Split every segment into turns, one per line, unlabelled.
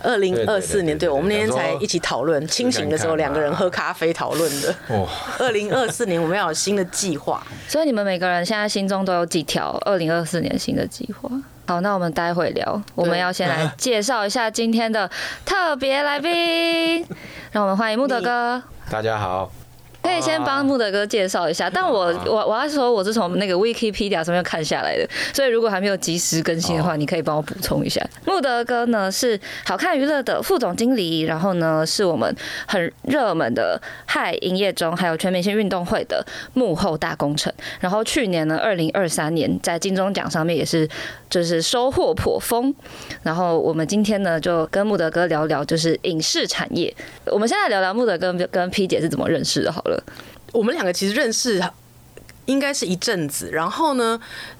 二零二四年，对
对对对对对
我们那天
想
才
说
一起讨论，清醒的时候
看看啊
两个人喝咖啡讨论 的。
哦，
二零二四年我们要有新的计划，
所以你们每个人现在心中都有几条二零二四年新的计划？好，那我们待会聊。我们要先来介绍一下今天的特别来宾，让我们欢迎木德哥。
大家好，
可以先帮木德哥介绍一下，但我我我要说我是从那个 Wikipedia 上面看下来的，所以如果还没有及时更新的话，你可以帮我补充一下。木德哥呢是好看娱乐的副总经理，然后呢是我们很热门的嗨营业中，还有全明星运动会的幕后大工程。然后去年呢，二零二三年在金钟奖上面也是就是收获颇丰。然后我们今天呢就跟木德哥聊聊就是影视产业。我们现在聊聊木德哥跟跟 P 姐是怎么认识的，好了。
我们两个其实认识。应该是一阵子，然后呢，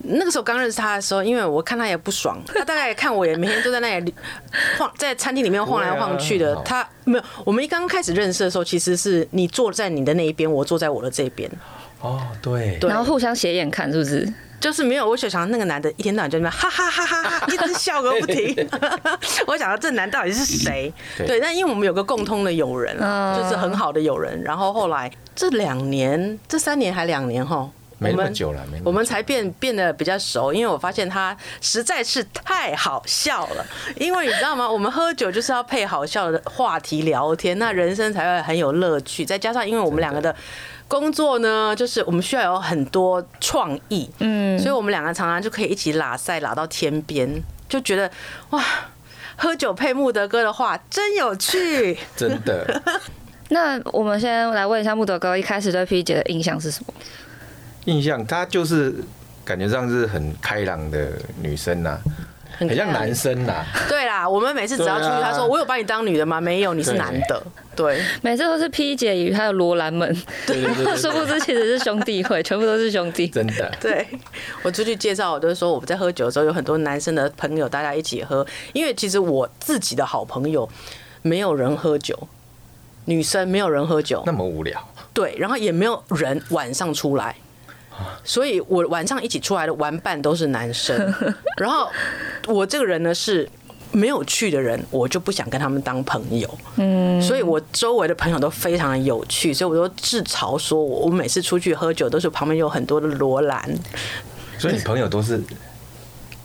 那个时候刚认识他的时候，因为我看他也不爽，他大概也看我也每天都在那里晃，在餐厅里面晃来晃去的。
不会啊
他没有，我们一刚开始认识的时候，其实是你坐在你的那一边，我坐在我的这边，
哦，对，
对
然后互相斜眼看，是不是？
就是没有。我就想那个男的一天到晚就在那边哈哈哈哈哈，一直笑个不 停。 我想到这男到底是谁？
对
对，但因为我们有个共通的友人啊，
嗯
就是很好的友人。然后后来这两年，这三年还两年哈，
没那
我
么
们
久了，没那么久
我们才变变得比较熟，因为我发现他实在是太好笑了。因为你知道吗？我们喝酒就是要配好笑的话题聊天，那人生才会很有乐趣。再加上因为我们两个的工作呢，就是我们需要有很多创意，嗯，所以我们两个常常就可以一起拉塞拉到天边，就觉得哇。喝酒配穆德哥的话真有 趣，
真的
那我们先来问一下木德哥，一开始对 P 姐的印象是什么？
印象，她就是感觉上是很开朗的女生呐、
很
很像男生呐、
对啦，我们每次只要出去，
对啊
他说我有把你当女的吗？没有，你是
对
男的。对，
每次都是 P 姐与还有罗兰们，
对对对对
殊不知其实是兄弟会， 全部都是兄弟。
真 的，
对我出去介绍，我都说我们在喝酒的时候有很多男生的朋友，大家一起喝。因为其实我自己的好朋友没有人喝酒，女生没有人喝酒
那，么无聊，
对，然后也没有人晚上出来。所以我晚上一起出来的玩伴都是男生，然后我这个人呢是没有趣的人，我就不想跟他们当朋友。嗯，所以我周围的朋友都非常的有趣，所以我都自嘲说我我每次出去喝酒都是旁边有很多的罗兰，
所以你朋友都是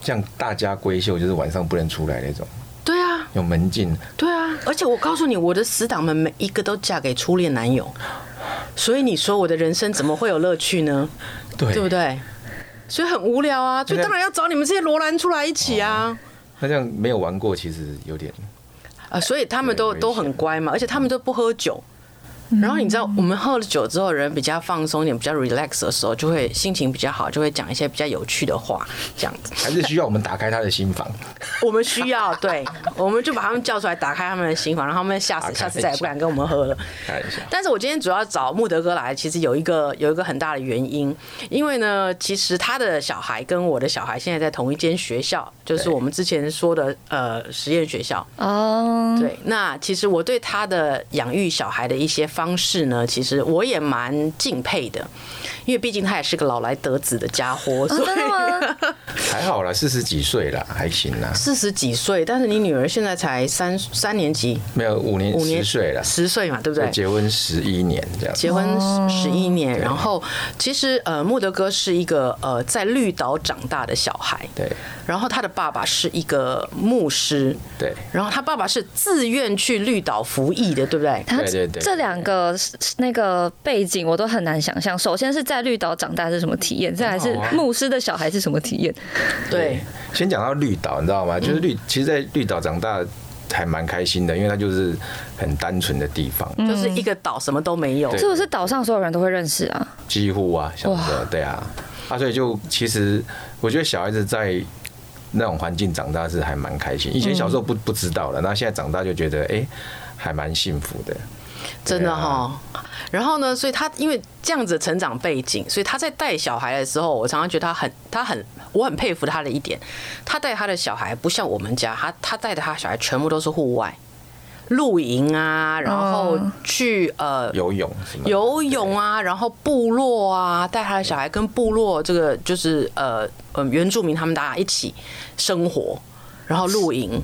像大家闺秀，就是晚上不能出来那种，
对啊，
有门禁，
对啊，而且我告诉你，我的死党们每一个都嫁给初恋男友，所以你说我的人生怎么会有乐趣呢？
对
对不？对？所以很无聊啊，所以当然要找你们这些罗兰出来一起啊。
那这样没有玩过，其实有点
啊，所以他们都
哦对危险
都很乖嘛，而且他们都不喝酒。然后你知道，我们喝了酒之后，人比较放松一点，比较 relax 的时候，就会心情比较好，就会讲一些比较有趣的话，这样子。
还是需要我们打开他的心房，
我们需要，对，我们就把他们叫出来，打开他们的心房，让他们吓死，
打开
下次再也不敢跟我们喝了。
开玩笑，
但是我今天主要找穆德哥来，其实有一个有一个很大的原因，因为呢，其实他的小孩跟我的小孩现在在同一间学校，就是
对
我们之前说的呃实验学校。
哦，
对，那其实我对他的养育小孩的一些方式呢，其实我也蛮敬佩的，因为毕竟他也是个老来得子的家伙，所
哦真的
以
吗？
还好啦，四十几岁啦，还行啦，
四十几岁，但是你女儿现在才三三年级，
没有五年
五年
十岁啦，
十岁嘛，对不
我
对？
结婚十一年这样，
结婚十
哦
一年，然后其实呃，穆德哥是一个呃在绿岛长大的小孩，
对
然后他的爸爸是一个牧师，
对，
然后他爸爸是自愿去绿岛服役的，对不对？
他
对对对
这两个是是那个背景我都很难想象。首先是在绿岛长大是什么体验，再来是
很好啊
牧师的小孩是什么体验。
对，嗯
先讲到绿岛，你知道吗？就是绿，其实，在绿岛长大还蛮开心的，因为它就是很单纯的地方，
就是一个岛什么都没有
对，
是不是岛上所有人都会认识啊？
几乎啊，想着对啊，啊，所以就其实我觉得小孩子在那种环境长大是还蛮开心。以前小
嗯
时候不不知道了，那现在长大就觉得哎、还蛮幸福的。
真的
对啊
哈。然后呢，所以他因为这样子的成长背景，所以他在带小孩的时候，我常常觉得他很，他很，我很佩服他的一点，他带他的小孩不像我们家，他他带的他小孩全部都是户外露营啊，然后去呃
游泳什么的
游泳啊，然后部落啊，带他的小孩跟部落这个就是呃嗯原住民他们大家一起生活，然后露营。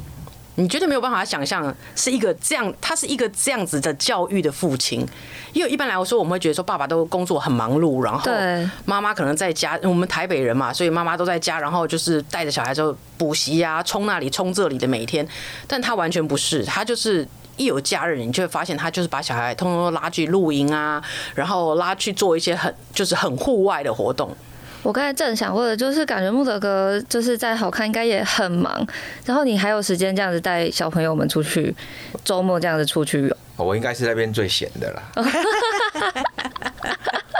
你绝对没有办法想象是一个这样，他是一个这样子的教育的父亲。因为一般来说，我们会觉得说爸爸都工作很忙碌，然后
对
妈妈可能在家，我们台北人嘛，所以妈妈都在家，然后就是带着小孩之后补习啊，冲那里冲这里的每天，但他完全不是，他就是。一有假日，你就会发现他就是把小孩通通都拉去露营啊，然后拉去做一些很就是很户外的活动。
我刚才正想问的就是，感觉木德哥就是在好看应该也很忙，然后你还有时间这样子带小朋友们出去，周末这样子出去
哦我应该是那边最闲的 啦。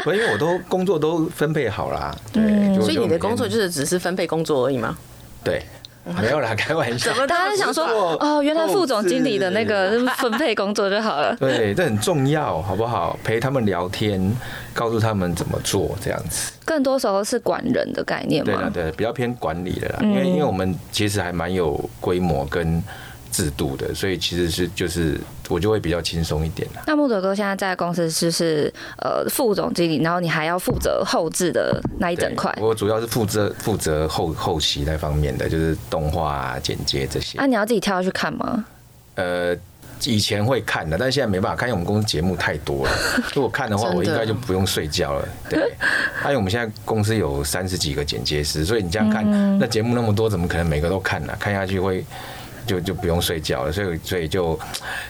不是因为我都工作都分配好啦，对，
嗯
就
所以你的工作
就每天
就是只是分配工作而已吗？
对，
嗯
没有啦，开玩笑。
大家就想说
做，
哦，原来副总经理的那
控。
个 分配工作就好了
对，这很重要，好不好？陪他们聊天，告诉他们怎么做，这样子。
更多时候是管人的概念
对了，
嘛。
对啦，比较偏管理的啦，
嗯
因为因为我们其实还蛮有规模跟制度的，所以其实是就是我就会比较轻松一点啦。
那木德哥现在在公司就是呃副总经理，然后你还要负责后置的那一整块。
对我主要是负责负责后后期那方面的，就是动画、啊、剪接这些。
啊，你要自己跳下去看吗？
呃，以前会看的，但现在没办法看，因为我们公司节目太多了。 如果看的话，
真的
我应该就不用睡觉了。对，啊因为我们现在公司有三十几个剪接师，所以你这样看，那节目那么多，怎么可能每个都看呢、看下去会。就就不用睡觉了，所以所以就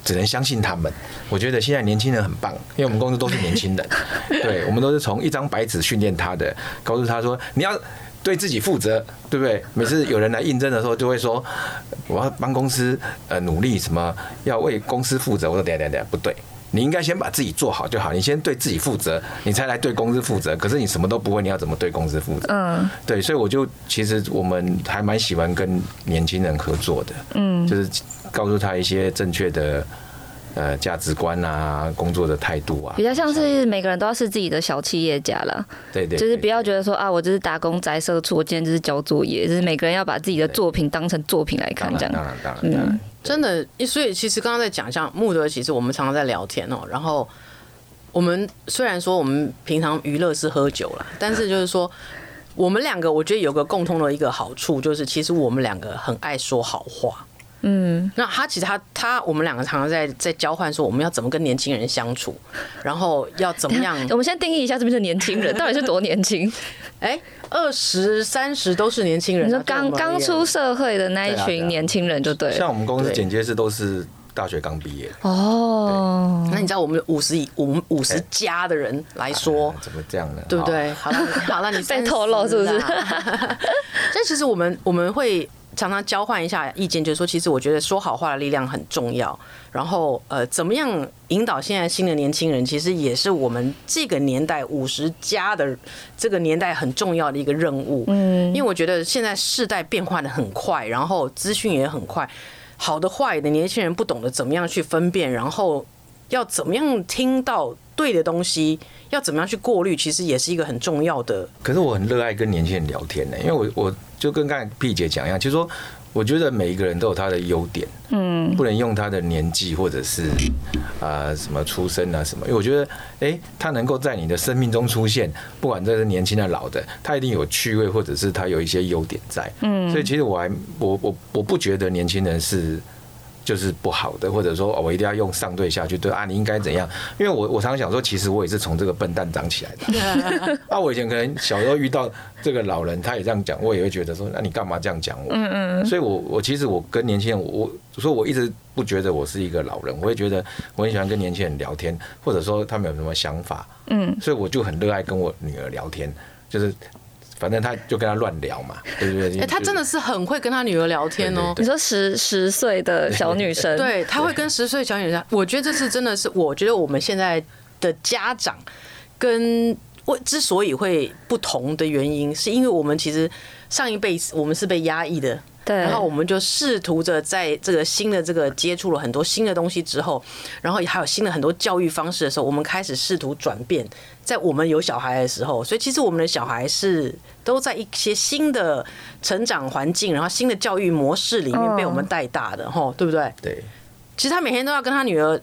只能相信他们。我觉得现在年轻人很棒，因为我们公司都是年轻人，对我们都是从一张白纸训练他的，告诉他说你要对自己负责，对不对？每次有人来应征的时候，就会说我要帮公司呃努力，什么要为公司负责。我说等一下等一下等一下，不对。你应该先把自己做好就好，你先对自己负责，你才来对公司负责。可是你什么都不会，你要怎么对公司负责？
嗯，
对，所以我就其实我们还蛮喜欢跟年轻人合作的，嗯，就是告诉他一些正确的呃价值观啊，工作的态度啊，
比较像是每个人都要是自己的小企业家啦，
对对，
就是
对
不要觉得说啊，我就是打工宅社畜，我今天就是交作业，就是每个人要把自己的作品当成作品来看
当
这
然当
样。
然当然当然，
真的，所以其实刚刚在讲，像穆德，其实我们常常在聊天哦、然后我们虽然说我们平常娱乐是喝酒了，但是就是说。我们两个，我觉得有个共通的一个好处，就是其实我们两个很爱说好话。
嗯，
那他其实他他，我们两个常常在在交换说我们要怎么跟年轻人相处，然后要怎么样
我们先定义一下，这边是年 轻人，到底是多年轻？
哎，二十三十都是年轻人啊。
你说
对我
刚
们而
刚
言
出社会的那一
对啊对啊
群年轻人就对了。
像我们公司
对
剪接师都是大学刚毕业的，
哦，
那你知道我们五十以五五十加的人来说
啊，怎么这样呢？
对不对？好了，好了，你
被透露是不
30
是
啦？ 但其实我们我们会常常交换一下意见，就是说，其实我觉得说好话的力量很重要。然后呃，怎么样引导现在新的年轻人，其实也是我们这个年代五十加的这个年代很重要的一个任务。嗯，因为我觉得现在世代变换的很快，然后资讯也很快。好的坏的，年轻人不懂得怎么样去分辨，然后要怎么样听到对的东西，要怎么样去过滤，其实也是一个很重要的。
可是我很热爱跟年轻人聊天呢、因为我我就跟刚才 P 姐讲一样，其实说我觉得每一个人都有他的优点，嗯，不能用他的年纪或者是啊、呃什么出身啊什么，因为我觉得哎、诶他能够在你的生命中出现，不管这是年轻的老的，他一定有趣味或者是他有一些优点在，嗯，所以其实我还我我我不觉得年轻人是。就是不好的，或者说、哦我一定要用上对下去对啊，你应该怎样？因为我我常常想说，其实我也是从这个笨蛋长起来的。啊，我以前可能小时候遇到这个老人，他也这样讲，我也会觉得说，那你干嘛这样讲我？嗯嗯。所以我，我其实我跟年轻人，我我所以我一直不觉得我是一个老人，我也觉得我很喜欢跟年轻人聊天，或者说他们有什么想法，
嗯，
所以我就很热爱跟我女儿聊天，就是反正他就跟他乱聊嘛，对不对？
哎、他真的是很会跟他女儿聊天哦、
对
你说十十岁的小女生，
对，他会跟十岁小女生，我觉得这是真的是，我觉得我们现在的家长跟我之所以会不同的原因，是因为我们其实上一辈我们是被压抑的，
对
然后我们就试图着在这个新的这个接触了很多新的东西之后，然后还有新的很多教育方式的时候，我们开始试图转变。在我们有小孩的时候，所以其实我们的小孩是都在一些新的成长环境，然后新的教育模式里面被我们带大的，吼、对不
嗯
对？
对。
其实他每天都要跟他女儿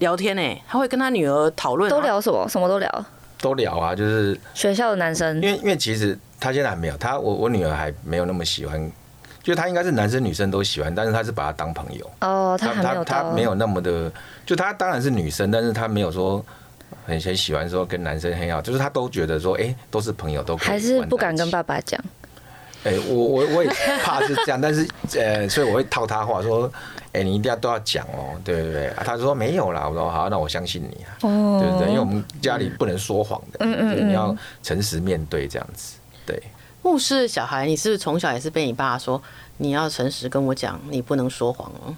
聊天呢、他会跟他女儿讨论，
都聊什么？什么都聊。
都聊啊，就是
学校的男生
因为因为其实他现在还没有，他我我女儿还没有那么喜欢就他应该是男生女生都喜欢，但是他是把他当朋友。
哦，他
他
还没有
他
到，
他没有那么的，就他当然是女生，但是他没有说很很喜欢说跟男生很好，就是他都觉得说，哎、都是朋友，都可以
还是
玩
不
在一
敢跟
起
爸爸讲。
哎、我我我也怕是这样，但是呃，所以我会套他话说，哎、你一定要都要讲哦，对对对。啊、他说没有啦，我说好，那我相信你啊，
哦，
对不对？因为我们家里不能说谎的，
嗯嗯
所以
嗯
你要诚实面对这样子，对。
牧师的小孩，你哦是不是从小也是被你爸说你要诚实跟我讲，你不能说谎哦？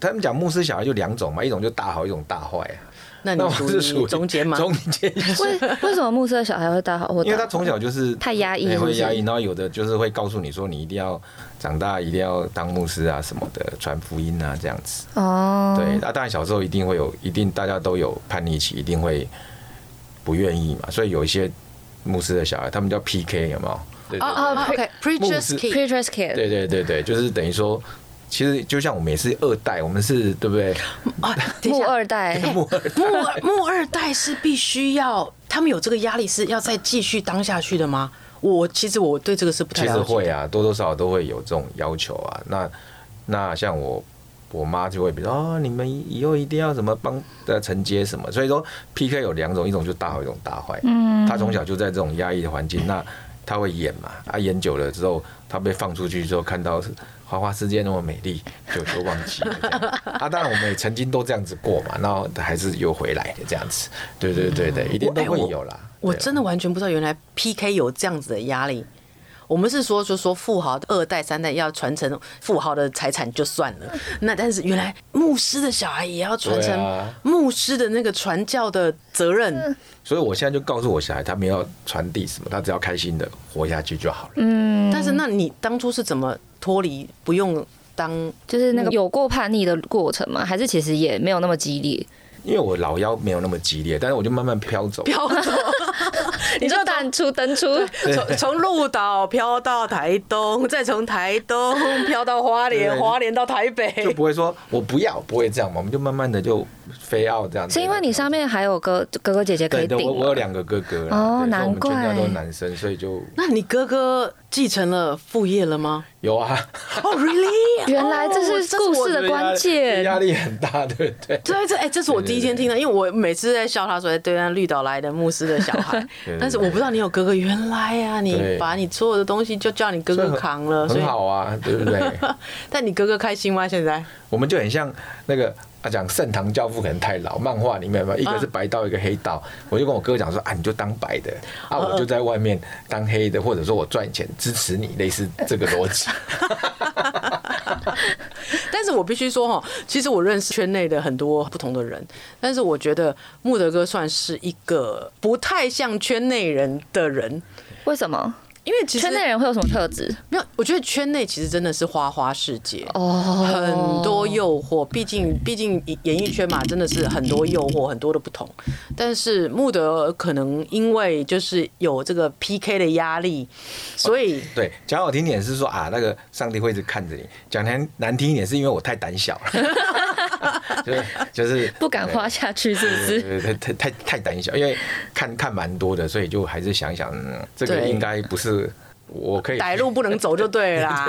他们讲牧师小孩就两种嘛，一种就大好，一种大坏、啊。
那
那
你
我是属
于
于
中间吗？
中间，
为为什么暮色的小孩会大好或
因为他
大？
从小就是
太压抑
哎
是不
会
是
压抑，然后有的就是会告诉你说，你一定要长大，一定要当牧师啊什么的，传福音啊这样子。
哦，
对，那、当然小时候一定会有，一定大家都有叛逆期，一定会不愿意嘛。所以有一些牧师的小孩，他们叫 PK，有没有？对对
哦哦
对
，OK，
牧
preacher's
师
kid，
，preacher's kid，
对对对对，就是等于说，其实就像我们也是二代，我们是对不对？
啊， 等一
哦木
下
二代，
牧二
木二木二代是必须要，他们有这个压力是要再继续当下去的吗？我其实我对这个是不太
其实
了解。
会啊，多多少少都会有这种要求啊。那那像我我妈就会比如说哦，你们以后一定要怎么帮呃承接什么。所以说 PK 有两种，一种就大好，一种大坏。嗯，他从小就在这种压抑的环境，那他会演嘛？他、演久了之后，他被放出去之后，看到花花世界那么美丽，就就忘记了 这样。啊，当然我们也曾经都这样子过嘛，然后还是又回来的这样子。对对对对，一定都会有啦。
我
对啊
真的完全不知道，原来 PK 有这样子的压力。我们是说，就说富豪的二代、三代要传承富豪的财产就算了，
嗯
那但是原来牧师的小孩也要传
对
承
啊
牧师的那个传教的责任。
所以我现在就告诉我小孩，他们要传递什么，他只要开心的活下去就好了。
嗯，
但是，那你当初是怎么脱离不用当
就是那个有过叛逆的过程吗？还是其实也没有那么激烈？
因为我老腰没有那么激烈，但是我就慢慢飘走。
飘走？
你就淡出登出，
从从鹿岛飘到台东，再从台东飘到花莲，
对
花莲到台
就
北。
不会说我不要，不会这样嘛，我们就慢慢的就飞奥这样子。
是因为你上面还有哥哥哥姐姐可
对
以
对，
顶
我我
吗。
有两个哥哥啦，对所以我
哦难
们全家
怪
都是男生，所以就
那你哥哥继承了副业了 吗？
有啊，
哦、r e a l l y
原来
哦
这是故事的 关键
压力很大，对不对？
对，这哎、这是我第一天听的，因为我每次在笑他说哎对岸绿岛来的牧师的小孩
对，对
但是我不知道你有哥哥，原来啊，你
对
把你所有的东西就叫你哥哥扛了，所
很
以，
好啊，对不对？
但你哥哥开心吗？现在？
我们就很像那个啊，讲《盛唐教父》可能太老，漫画里面嘛，一个是白道，一个黑道。
哦
我就跟我哥讲说啊，你就当白的，啊，我就在外面当黑的，或者说我赚钱支持你，类似这个逻 辑。
但是我必须说哈，其实我认识圈内的很多不同的人，但是我觉得穆德哥算是一个不太像圈内人的人，
为什么？
因为其实
圈内人会有什么特质？
没有，我觉得圈内其实真的是花花世界。
哦，
很多诱惑，毕竟毕竟演艺圈嘛，真的是很多诱惑，很多的不同。但是穆德可能因为就是有这个 PK 的压力，所以
对，讲好听点是说啊，那个上帝会一直看着你；讲难难听一点，是因为我太胆小了， 就是就是
不敢花下去，是不
对
是？
对对，太太太胆小，因为看看蛮多的，所以就还是想想，嗯这个
对
应该不是我可以
歹路不能走就 对啦。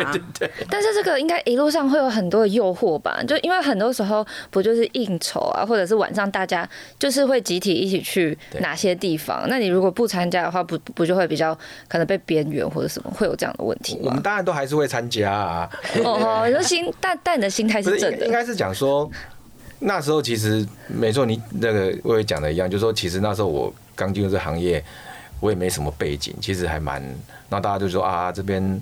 但是这个应该一路上会有很多的诱惑吧？就因为很多时候不就是应酬啊，或者是晚上大家就是会集体一起去
对
哪些地方？那你如果不参加的话，不不就会比较可能被边缘或者什么，会有这样的问题
我们
吗？
当然都还是会参加啊，
哦，你说心，但但你的心态
不
是
是
正
应应
的，
该是讲说，那时候其实没错，你那个我也讲的一样，就是说其实那时候我刚进入这行业，我也没什么背景，其实还蛮，那大家就说啊这边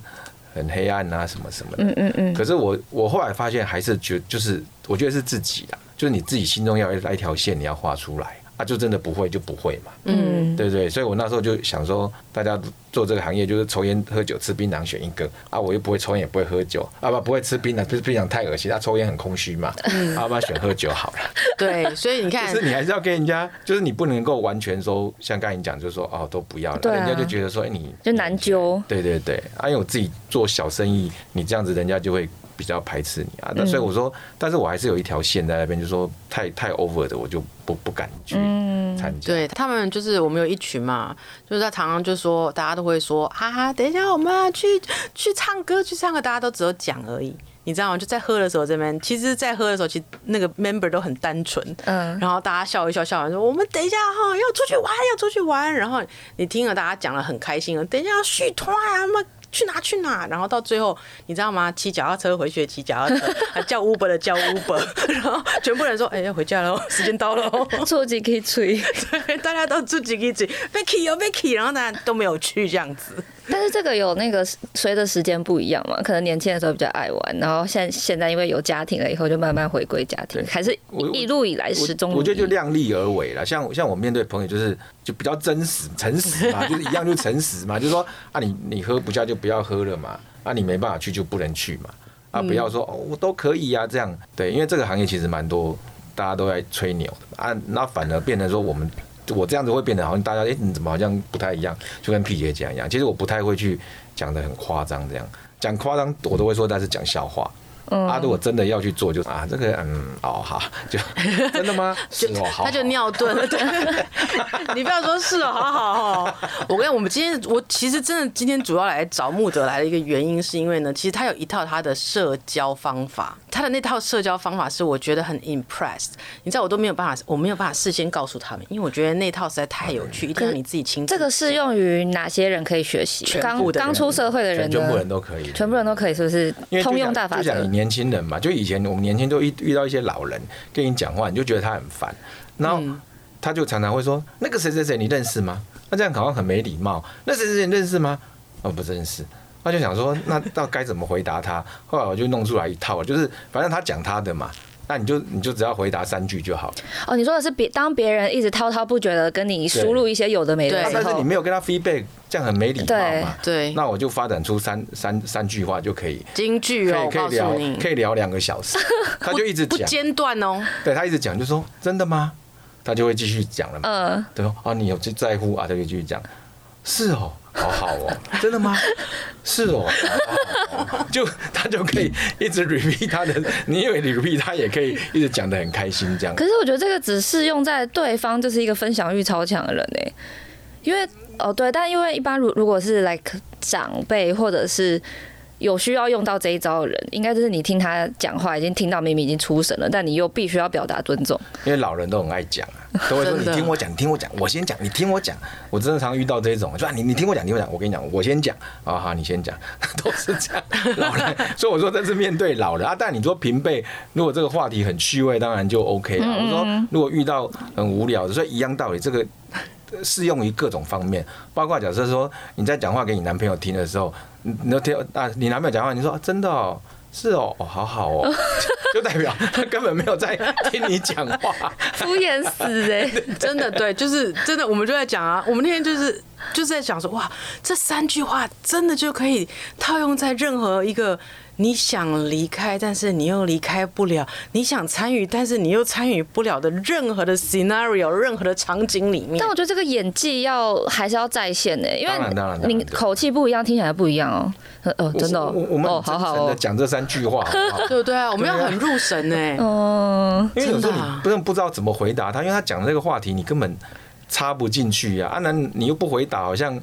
很黑暗啊什么什么的，
嗯嗯嗯，
可是我我后来发现还是觉就是我觉得是自己啊，就是你自己心中要有一条线你要画出来啊，就真的不会就不会嘛，
嗯，
对对，所以我那时候就想说，大家做这个行业就是抽烟、喝酒、吃槟榔选一个啊，我又不会抽烟，也不会喝酒啊，不不会吃槟榔，吃槟榔太恶心，啊，抽烟很空虚嘛，
嗯
啊，不然选喝酒 好了。
对，所以你看
就，是你还是要跟人家，就是你不能够完全说像刚才你讲，就是说哦都不要了，
对啊
人家就觉得说哎你
就难揪。
对对对，啊，因为我自己做小生意，你这样子人家就会比较排斥你
嗯
啊。那所以我说，但是我还是有一条线在那边，就说太太 over 的，我就不不敢去
嗯
参加。
对他们就是我们有一群嘛，就是他常常就说，大家都会说啊，等一下我们要去去唱歌，去唱歌，大家都只有讲而已。你知道吗？就在喝的时候，这边其实，在喝的时候，其实那个 member 都很单纯，
嗯
然后大家笑一笑，笑完说我们等一下哈，要出去玩，要出去玩。然后你听了大家讲了很开心了，等一下要续团啊，那么去哪去哪。然后到最后，你知道吗？骑脚踏车回去，骑脚踏车，还叫 Uber 的叫 Uber，然后全部人说哎、要回 家喽，时间到喽。
做自己吹。
对， 大家都自己一起 Vicky 哦 Vicky，然后大家都没有去这样子。
但是这个有那个随着时间不一样嘛，可能年轻的时候比较爱玩，然后现现在因为有家庭了以后，就慢慢回归家庭，还是
我
一路以来
我
始终
我觉得就
如一
量力而为啦。像像我面对朋友，就是就比较真实、诚实嘛，就是一样就诚实嘛，就是说啊你，你喝不下就不要喝了嘛，啊，你没办法去就不能去嘛，啊，不要说哦我都可以呀、这样对，因为这个行业其实蛮多大家都在吹牛的嘛啊，那反而变成说我们。我这样子会变得好像大家哎、你怎么好像不太一样？就跟 P 姐讲一样，其实我不太会去讲的很夸张，这样讲夸张我都会说，但是讲笑话。
嗯
啊，如果真的要去做，就啊，这个嗯，哦，好，就真的 吗？是哦，好，
他就
好。
尿遁 了。对，你不要说是哦，好好哦。我跟我们今天，我其实真的今天主要来找穆德来的一个原因，是因为呢，其实他有一套他的社交方法，他的那套社交方法是我觉得很 impressed。你知道我都没有办法，我没有办法事先告诉他们，因为我觉得那套实在太有趣，一定要你自己亲自
这个适用于哪些人可以学习？
全
刚
部的人
刚出社会的人
全
呢
全部人都可以，
全部人都可以，是不是
因为就
通用
讲
大法
就讲
则
你？年轻人嘛，就以前我们年轻就遇遇到一些老人跟你讲话，你就觉得他很烦，然后
嗯
他就常常会说那个谁谁谁你认识吗？那这样好像很没礼貌。那谁谁谁你认识吗？哦，不认识。他就想说那到该怎么回答他？后来我就弄出来一套，就是反正他讲他的嘛，那你就你就只要回答三句就好。
哦，你说的是别当别人一直滔滔不绝的跟你输入一些有的没
对
的的
啊
时
但是你
候，
没有跟他 feedback，这样很没礼貌嘛。
对
那我就发展出三三三句话就可以，
京剧
可
哦，
以
我
可
告
以
诉
聊
你，
可以聊两个小 时，他就一直
不
讲，
间断哦。
对他一直讲就说真的吗？他就会继续讲了嘛。
嗯，
对哦，啊，你有在在乎啊？他就继续讲，是哦，好好哦，真的吗？是哦，好好哦就 他就可以一直 repeat 他的，你以为你 repeat 他也可以一直讲的很开心这样。
可是我觉得这个只适用在对方就是一个分享欲超强的人哎、因为哦对，但因为一般如如果是 like 长辈或者是有需要用到这一招的人，应该就是你听他讲话已经听到明明已经出神了，但你又必须要表达尊重。
因为老人都很爱讲 啊，都会说
真
你
的
听我讲，你听我讲，我先讲，你听我讲。我真的常遇到这种，就啊你你听我讲，你听我讲，我跟你讲，我先讲啊，好，你先讲， 都是 这样。老人，所以我说这是面对老人啊。但你说平辈，如果这个话题很趣味，当然就 OK 啊。
嗯
我说如果遇到很无聊的，所以一样道理，这个呃适用于各种方面，包括假设说你在讲话给你男朋友听的时候，你你都听啊，你男朋友讲话，你说、啊真的哦，是哦，哦好好哦， 就代表他根本没有在听你讲话。
敷衍死哎、
真的对，就是真的，我们就在讲啊，我们那天就是就是在想说，哇，这三句话真的就可以套用在任何一个你想离开，但是你又离开不了；你想参与，但是你又参与不了的任何的 scenario、任何的场景里面
但。我觉得这个演技要还是要在线哎、因
当然当然
为
当然
你口气不一样，听起来不一样哦。呃哦，真的哦，
我我我们
哦，
很
好
真
好
诚的
哦，
讲这三句话好不好？
对不对啊？我们要很入神呢、欸
嗯，
因为有时候
真的啊
你根本不知道怎么回答他，因为他讲的这个话题你根本插不进去呀、啊。那你又不回答，好像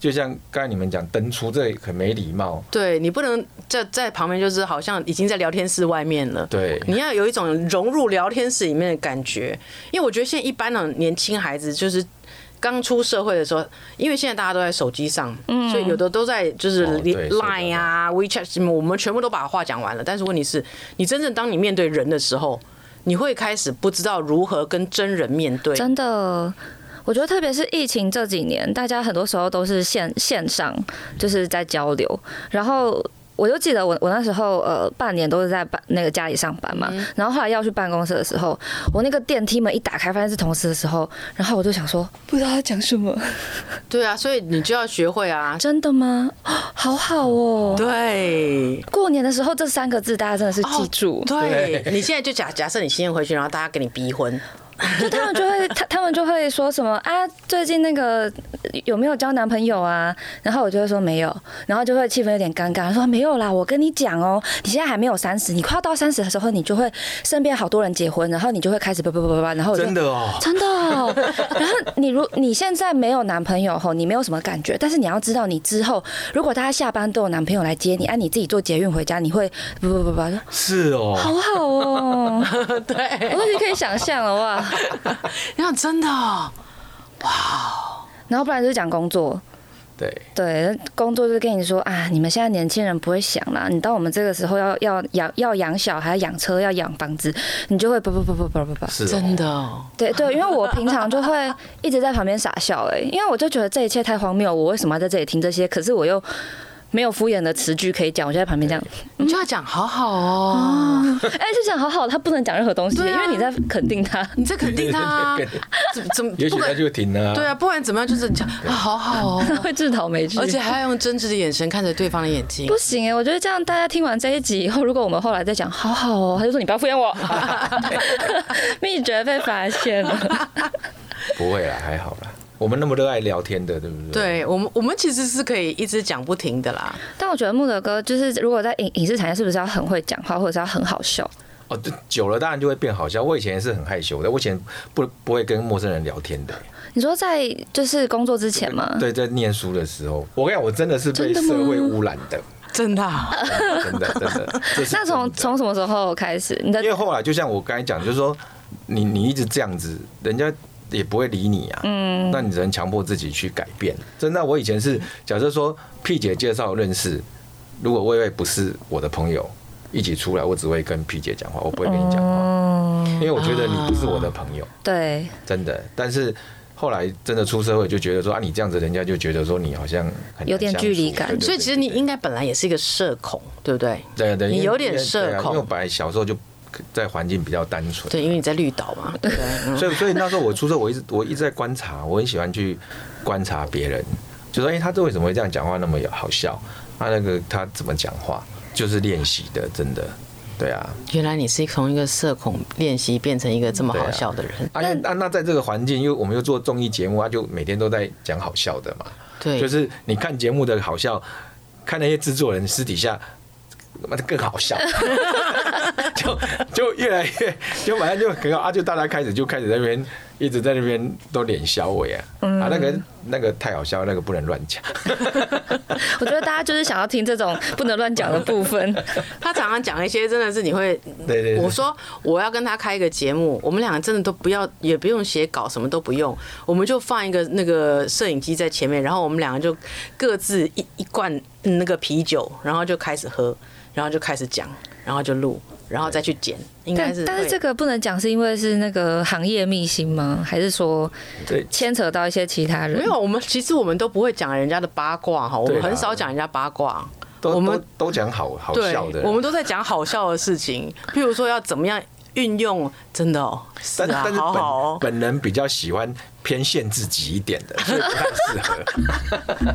就像刚才你们讲登出，这很没礼貌。
对你不能在在旁边，就是好像已经在聊天室外面了。
对
你要有一种融入聊天室里面的感觉，因为我觉得现在一般的年轻孩子就是。刚出社会的时候，因为现在大家都在手机上，所以有的都在就是
嗯哦对
Line 啊、WeChat 什么，我们全部都把话讲完了。但是问题是，你真正当你面对人的时候，你会开始不知道如何跟真人面对。
真的。我觉得，特别是疫情这几年，大家很多时候都是线线上，就是在交流。然后我就记得我我那时候呃半年都是在办那个家里上班嘛，然后后来要去办公室的时候，我那个电梯门一打开，发现是同事的时候，然后我就想说，不知道他讲什么，
对啊，所以你就要学会啊。
真的吗？好好哦。
对，
过年的时候这三个字大家真的是记住，
哦对，你现在就假假设你先回去，然后大家跟你逼婚，
就他们就会他他们就会说什么啊，最近那个有没有交男朋友啊？然后我就会说没有，然后就会气氛有点尴尬，说没有啦，我跟你讲哦，你现在还没有三十，你快要到三十的时候，你就会身边好多人结婚，然后你就会开始叭叭叭叭叭，然后我就
真的哦，
真的、哦。然后你如你现在没有男朋友吼，你没有什么感觉，但是你要知道，你之后如果大家下班都有男朋友来接你，啊，你自己坐捷运回家，你会不不不 不，说
是哦，
好好哦，我
对，
都已经可以想象了哇。
你想真的、哦，
然后不然就是讲工作，
对，
对，工作就跟你说啊，你们现在年轻人不会想啦，你到我们这个时候要要养要养小孩、要养车、要养房子，你就会不不不不不不不。
是哦
真的、哦，
对对， 因为我平常就会一直在旁边傻笑哎、因为我就觉得这一切太荒谬，我为什么要在这里听这些？可是我又没有敷衍的词句可以讲，我就在旁边这样，
你就要讲好好嗯哦，
哎、就想好好，他不能讲任何东西，
对
因
啊
为你在肯定他。
你在肯定他、 啊
对对，
怎怎么
也
不
许他
管
就停了、
对啊，不管怎么样就是讲啊好好哦，
他会自讨没趣，
而且还要用真挚的眼神看着对方的眼睛
不。行哎、我觉得这样大家听完这一集以后，如果我们后来再讲好好哦，他就说你不要敷衍我，秘诀被发现了。
不会啦，还好啦。我们那么热爱聊天的，对不对？，
对我们，我们其实是可以一直讲不停的啦。
但我觉得木德哥就是如果在影影视产业，是不是要很会讲话，或者是要很好笑？
哦，对，久了当然就会变好笑。我以前也是很害羞的，我以前不不会跟陌生人聊天的。
你说在就是工作之前吗？
对，在念书的时候，我跟你讲，我真的是被
真的吗
社会污染的，
真的啊、
真的真的。这是
那从
真的
从什么时候开始？你的
因为后来就像我刚才讲，就是说你你一直这样子，人家也不会理你啊。嗯，那你只能强迫自己去改变。真的，我以前是假设说 P 姐介绍认识，如果薇薇不是我的朋友，一起出来，我只会跟 P 姐讲话，我不会跟你讲话，
哦，啊
因为我觉得你不是我的朋友，
对，
真的。但是。后来真的出社会，就觉得说啊，你这样子，人家就觉得说你好像很难
有点
相处
距离感
对对对
所以其实你
对
应该本来也是一个社恐，对不对？
对对，
你
因为
有点
因为
社
对啊
恐
因为我本来小时候就在环境比较单纯，
对，因为你在绿岛嘛，对不对？嗯
所以，所以那时候我出社，我一直我一直在观察，我很喜欢去观察别人，就说，哎、他这为什么会这样讲话那么有好笑？他那个他怎么讲话，就是练习的，真的，对啊。
原来你是从一个社恐练习变成一个这么好笑的人，
啊，因为啊，那在这个环境，因为我们又做综艺节目，他就每天都在讲好笑的嘛，
对，
就是你看节目的好笑，看那些制作人私底下。妈的更好笑， 就就越来越，就反正就很好啊！就大家开始就开始在那边一直在那边都脸小伟啊，啊那
嗯
个那个太好笑，那个不能乱讲，
我觉得大家就是想要听这种不能乱讲的部 分。
他常常讲一些真的是你会，
对对对
我说我要跟他开一个节目，我们两个真的都不要，也不用写稿，什么都不用，我们就放一个那个摄影机在前面，然后我们两个就各自一一罐那个啤酒，然后就开始喝，然后就开始讲，然后就录，然后再去剪，应该
但
是
但是
会
这个不能讲，是因为是那个行业秘辛吗？还是说
对
牵扯到一些其他人？
没有，我们其实我们都不会讲人家的八卦哈，我
对啊
们很
啦
少讲人家八卦。
都
我们
都都讲好好
对
笑的，，
我们都在讲好笑的事情，譬如说要怎么样运用，真的哦，是
但
啊，
但是
好
本
好哦。
本人比较喜欢偏限自己一点的，所以不太适合。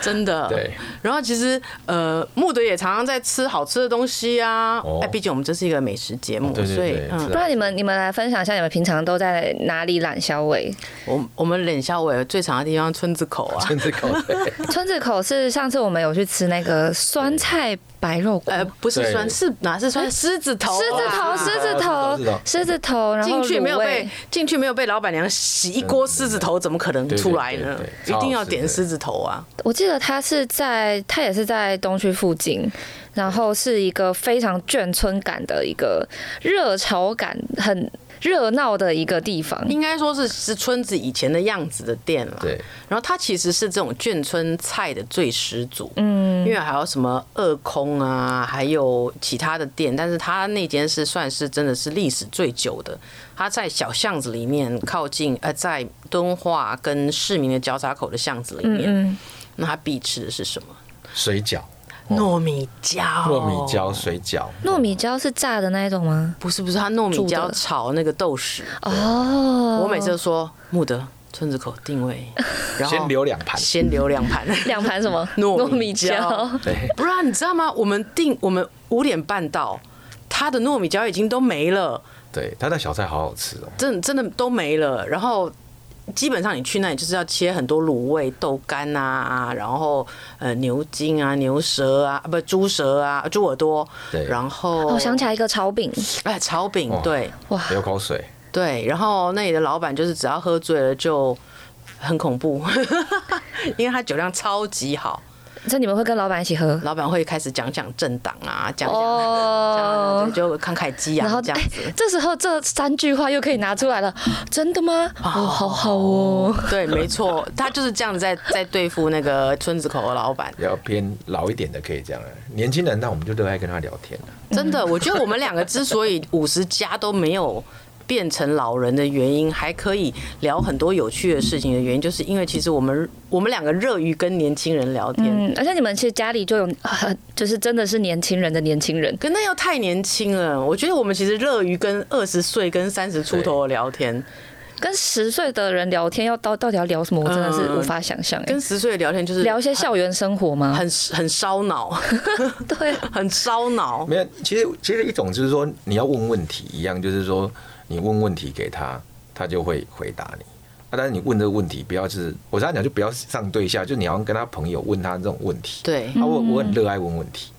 真的。
对。
然后其实呃，木德也常常在吃好吃的东西啊。
哦
哎，毕竟我们这是一个美食节目，
对对
所以
对
嗯
是
不然你们你们来分享一下，你们平常都在哪里揽小 尾？
我我们冷笑尾最长的地方村子口啊。
真的口 味，
村子口是上次我们有去吃那个酸菜白肉锅。
呃，不是
对
酸，是哪是酸？狮子头啊，
狮子头，狮子
狮子头狮
头
子头，
狮子头，然后
进去没有
卤
被
味
进去没有被老板娘洗一锅狮子头，怎么可能
对对
出来呢
对对？
一
对
定要
超好吃
点
的
狮子头啊！
我记得他是在，他也是在东区附近，然后是一个非常眷村感的一个热潮感很热闹的一个地方。
应该说是是村子以前的样子的店了。
对，
然后它其实是这种眷村菜的最始祖，嗯，因为还有什么二空啊，还有其他的店，但是它那间是算是真的是历史最久的。它在小巷子里面，靠近呃，在敦化跟市民的交叉口的巷子里面，那它必吃的是什么？
水饺、
糯米椒，
哦糯米
哦
椒、水饺，
糯米椒是炸的那一种吗？
不是不是，它糯米
煮的
椒炒那个豆豉。
哦，
我每次都说穆德村子口定位，然后
先留两盘
先留两盘。
两盘什么
糯米
米
椒
椒，
对，
不然你知道吗？我们定我们五点半到，他的糯米椒已经都没了，
对，他的小菜好好吃哦。
真真的都没了。然后基本上你去那里就是要切很多卤味、豆干啊，然后呃牛筋啊、牛舌啊，啊不猪舌啊、猪耳朵，
对
然后
哦我想起来一个炒饼，
哎炒饼
哦，
对
哇，
流口水，
对，然后那里的老板就是只要喝醉了就。很恐怖，因为他酒量超级好，
这你们会跟老板一起喝？
老板会开始讲讲政党啊，讲讲、
哦
讲就慷慨激
然后
昂这样子。
哎这时候这三句话又可以拿出来了，真的吗？哦，好好哦。
对，没错，他就是这样子在在对付那个村子口的老板。
要偏老一点的可以这样啊，年轻人那我们就热爱跟他聊天啊
真的，我觉得我们两个之所以五十加都没有变成老人的原因，还可以聊很多有趣的事情的原因，就是因为其实我们我们两个热于跟年轻人聊天。
嗯，而且你们其实家里就有，就是真的是年轻人的年轻人，
可那又太年轻了，我觉得我们其实热于跟二十岁、跟三十出头的聊天，
跟十岁的人聊天要到到底要聊什么，我真的是
嗯
无法想象。哎
跟十岁的聊天就是
聊一些校园生活吗？
很很烧脑，
对，
很烧 脑。
没有，其实其实一种就是说你要问问题一样，就是说你问问题给他，他就会回答你。啊，但是你问这个问题，不要是我常常讲，就不要上对下，就你要跟他朋友问他这种问题。
对，
啊，我我很热爱问问题，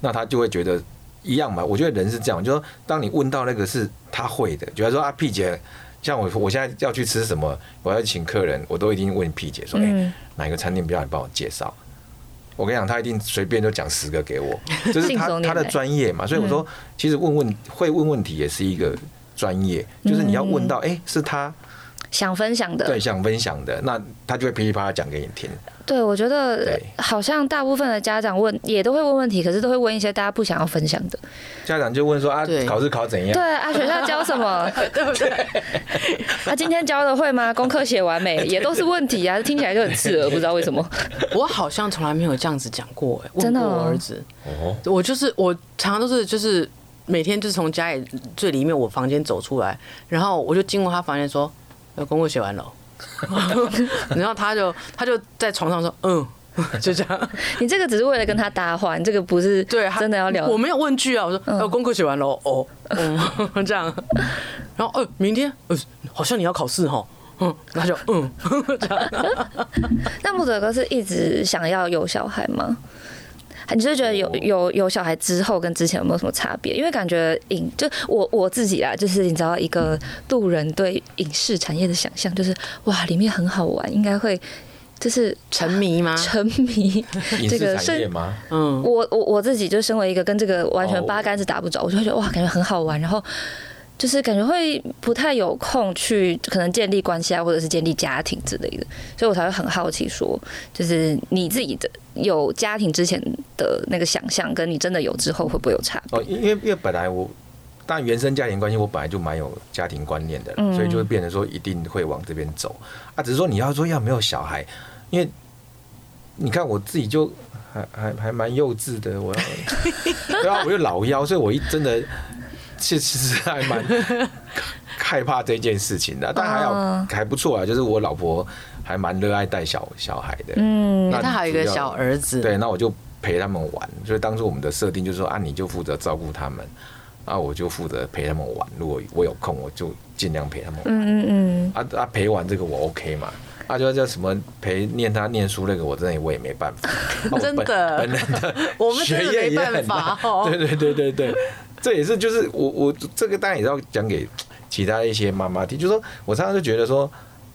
那他就会觉得一样嘛。我觉得人是这样，就说当你问到那个是他会的，就如说啊，P 姐，像我我现在要去吃什么，我要请客人，我都一定问 P 姐说，哎、
嗯
哪个餐厅比较好，你帮我介绍。我跟你讲，他一定随便就讲十个给 我，这是
信手
他
拈
他的
来嗯
专业嘛。所以我说，其实问问会问问题也是一个专业，
嗯
就是你要问到，哎、是他
想分享的。
对想分享的，那他就会噼里啪啦讲给你听。
对，我觉得
对
好像大部分的家长问也都会问问题，可是都会问一些大家不想要分享的。
家长就问说啊
对，
考试考怎样
对？啊，学校教什么？
对不对？
啊，今天教的会吗？功课写 完没？也都是问题啊，听起来就很刺耳，不知道为什么。
我好像从来没有这样子讲过、哎，
真
问
的
过我
哦
儿子。
哦，
我就是我常常都是就是每天就是从家里最里面我房间走出来，然后我就经过他房间说：“呃，功课写完了哦。” 然后他就他就在床上说：“嗯。” 就这样，
你这个只是为了跟他搭话，你这个不是
对，他
真的要聊。嗯
我没有问句啊，我说，呃，功课写完了哦，哦，嗯， 这样，然后，呃，明天，呃，好像你要考试哈，嗯，他就，嗯，这样，
那木泽哥是一直想要有小孩吗？你是觉得有
我
有有小孩之后跟之前有没有什么差别？因为感觉影就我我自己啦，就是你知道一个路人对影视产业的想象，就是哇，里面很好玩，应该会就是
沉迷吗？
沉迷
影视
这个
产业
是。
吗？
嗯，
我我我自己就身为一个跟这个完全
哦
八竿子打不着，我就会觉得哇，感觉很好玩，然后就是感觉会不太有空去可能建立关系啊，或者是建立家庭之类的，所以我才会很好奇说，就是你自己的有家庭之前的那个想象，跟你真的有之后会不会有差别？
哦，因因为因为本来我，但原生家庭关系我本来就蛮有家庭观念的啦，所以就会变成说一定会往这边走啊。只是说你要说要没有小孩，因为你看我自己就还还还蛮幼稚的，我要对啊，我就老幺，所以我一真的其其实还蛮害怕这件事情的，但还好、
哦
还不错啊，就是我老婆还蛮热爱带小小孩的，
嗯，
那
他还有一
主
个
要
小儿子，
对，那我就陪他们玩。所以当初我们的设定就是说啊，你就负责照顾他们，啊，我就负责陪他们玩。如果我有空，我就尽量陪他们玩。
嗯嗯嗯，
啊啊，陪玩这个我 OK 嘛？啊，就叫什么陪念他念书那个，我真的我也没办 法。啊我
真
本
的
本人的
我们
学
真的
业
没
也
办
很
法
大。
哦，
对对对对对，这也是就是我我这个当然也是要讲给其他一些妈妈听，就是说我常常就觉得说，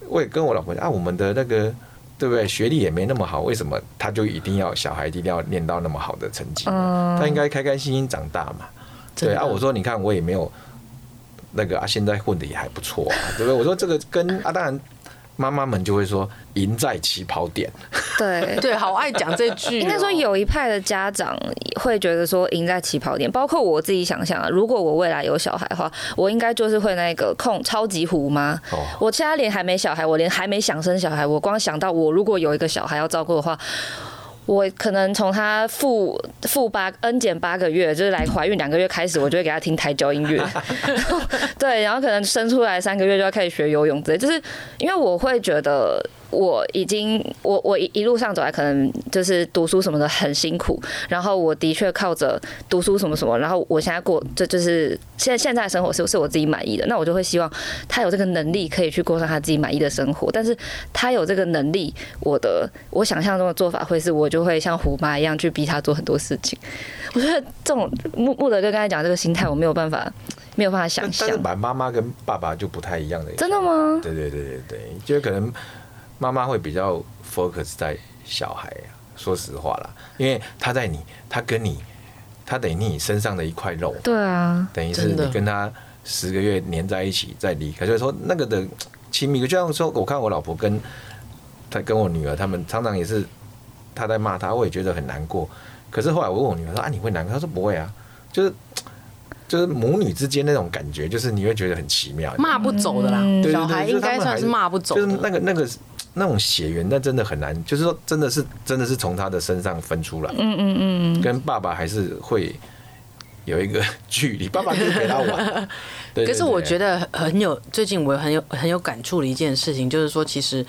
我也跟我老婆讲啊，我们的那个对不对，学历也没那么好，为什么他就一定要小孩一定要念到那么好的成绩呢？
嗯
他应该开开心心长大嘛。
真
对
的
啊，我说你看我也没有那个啊，现在混的也还不错啊，对不对？我说这个跟啊，当然妈妈们就会说赢在起跑点，
对。
对，好爱讲这句哦，
应该说有一派的家长会觉得说赢在起跑点，包括我自己想象啊，如果我未来有小孩的话，我应该就是会那个控超级虎妈。
哦
我现在连还没小孩，我连还没想生小孩，我光想到我如果有一个小孩要照顾的话。我可能从他负负八 n 减八个月，就是来怀孕两个月开始，我就会给他听台教音乐，然后对，然后可能生出来三个月就要开始学游泳之类，就是因为我会觉得我已经我我一一路上走来，可能就是读书什么的很辛苦，然后我的确靠着读书什么什么，然后我现在过这就是现在现在的生活是是我自己满意的，那我就会希望他有这个能力可以去过上他自己满意的生活，但是他有这个能力，我的我想象中的做法会是我就会像虎妈一样去逼他做很多事情，我觉得这种木木德哥刚才讲这个心态，我没有办法没有办法想
但
象
但是，把妈妈跟爸爸就不太一样的。
真的吗？
对对对对对，就是可能妈妈会比较 focus 在小孩啊，说实话啦，因为他在你，他跟你，他等于你身上的一块肉，
对啊，
等于是
真的
你跟他十个月黏在一起再离开，所以说那个的亲密，就像说我看我老婆跟她跟我女儿，他们常常也是她在骂她，我也觉得很难过。可是后来我问我女儿说啊，你会难过？她说不会啊，就是就是母女之间那种感觉，就是你会觉得很奇妙，
骂不走的啦，
对对
嗯
对
小孩应该算是骂不走
就
的。
是那个那个那种血缘，但真的很难，就是说真的是真的是从他的身上分出来，
嗯嗯嗯。
跟爸爸还是会有一个 距离，爸爸就陪他 玩。对
可是我觉
得
得很有，最近我很有很有感触的一件事情，就是说，其实，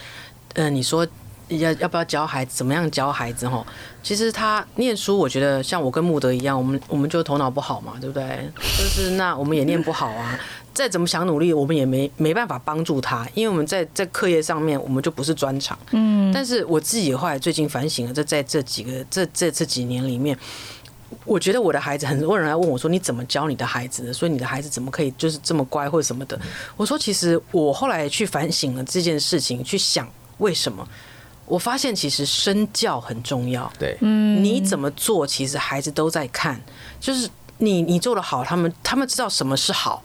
呃，你说要要不要教孩子，怎么样教孩子？吼，其实他念书，我觉得像我跟穆德一样，我们我们就头脑不好嘛，对不对？就是那我们也念不好啊， 再怎么想努力，我们也没没办法帮助他，因为我们在在课业上面，我们就不是专长。嗯，但是我自己后来最近反省了，这在这几个这这这几年里面，我觉得我的孩子，很多人来问我说：“你怎么教你的孩子的？所以你的孩子怎么可以就是这么乖或者什么的？”我说：“其实我后来去反省了这件事情，去想为什么，我发现其实身教很重要。
对，
你怎么做，其实孩子都在看，就是你你做的好，他们他们知道什么是好，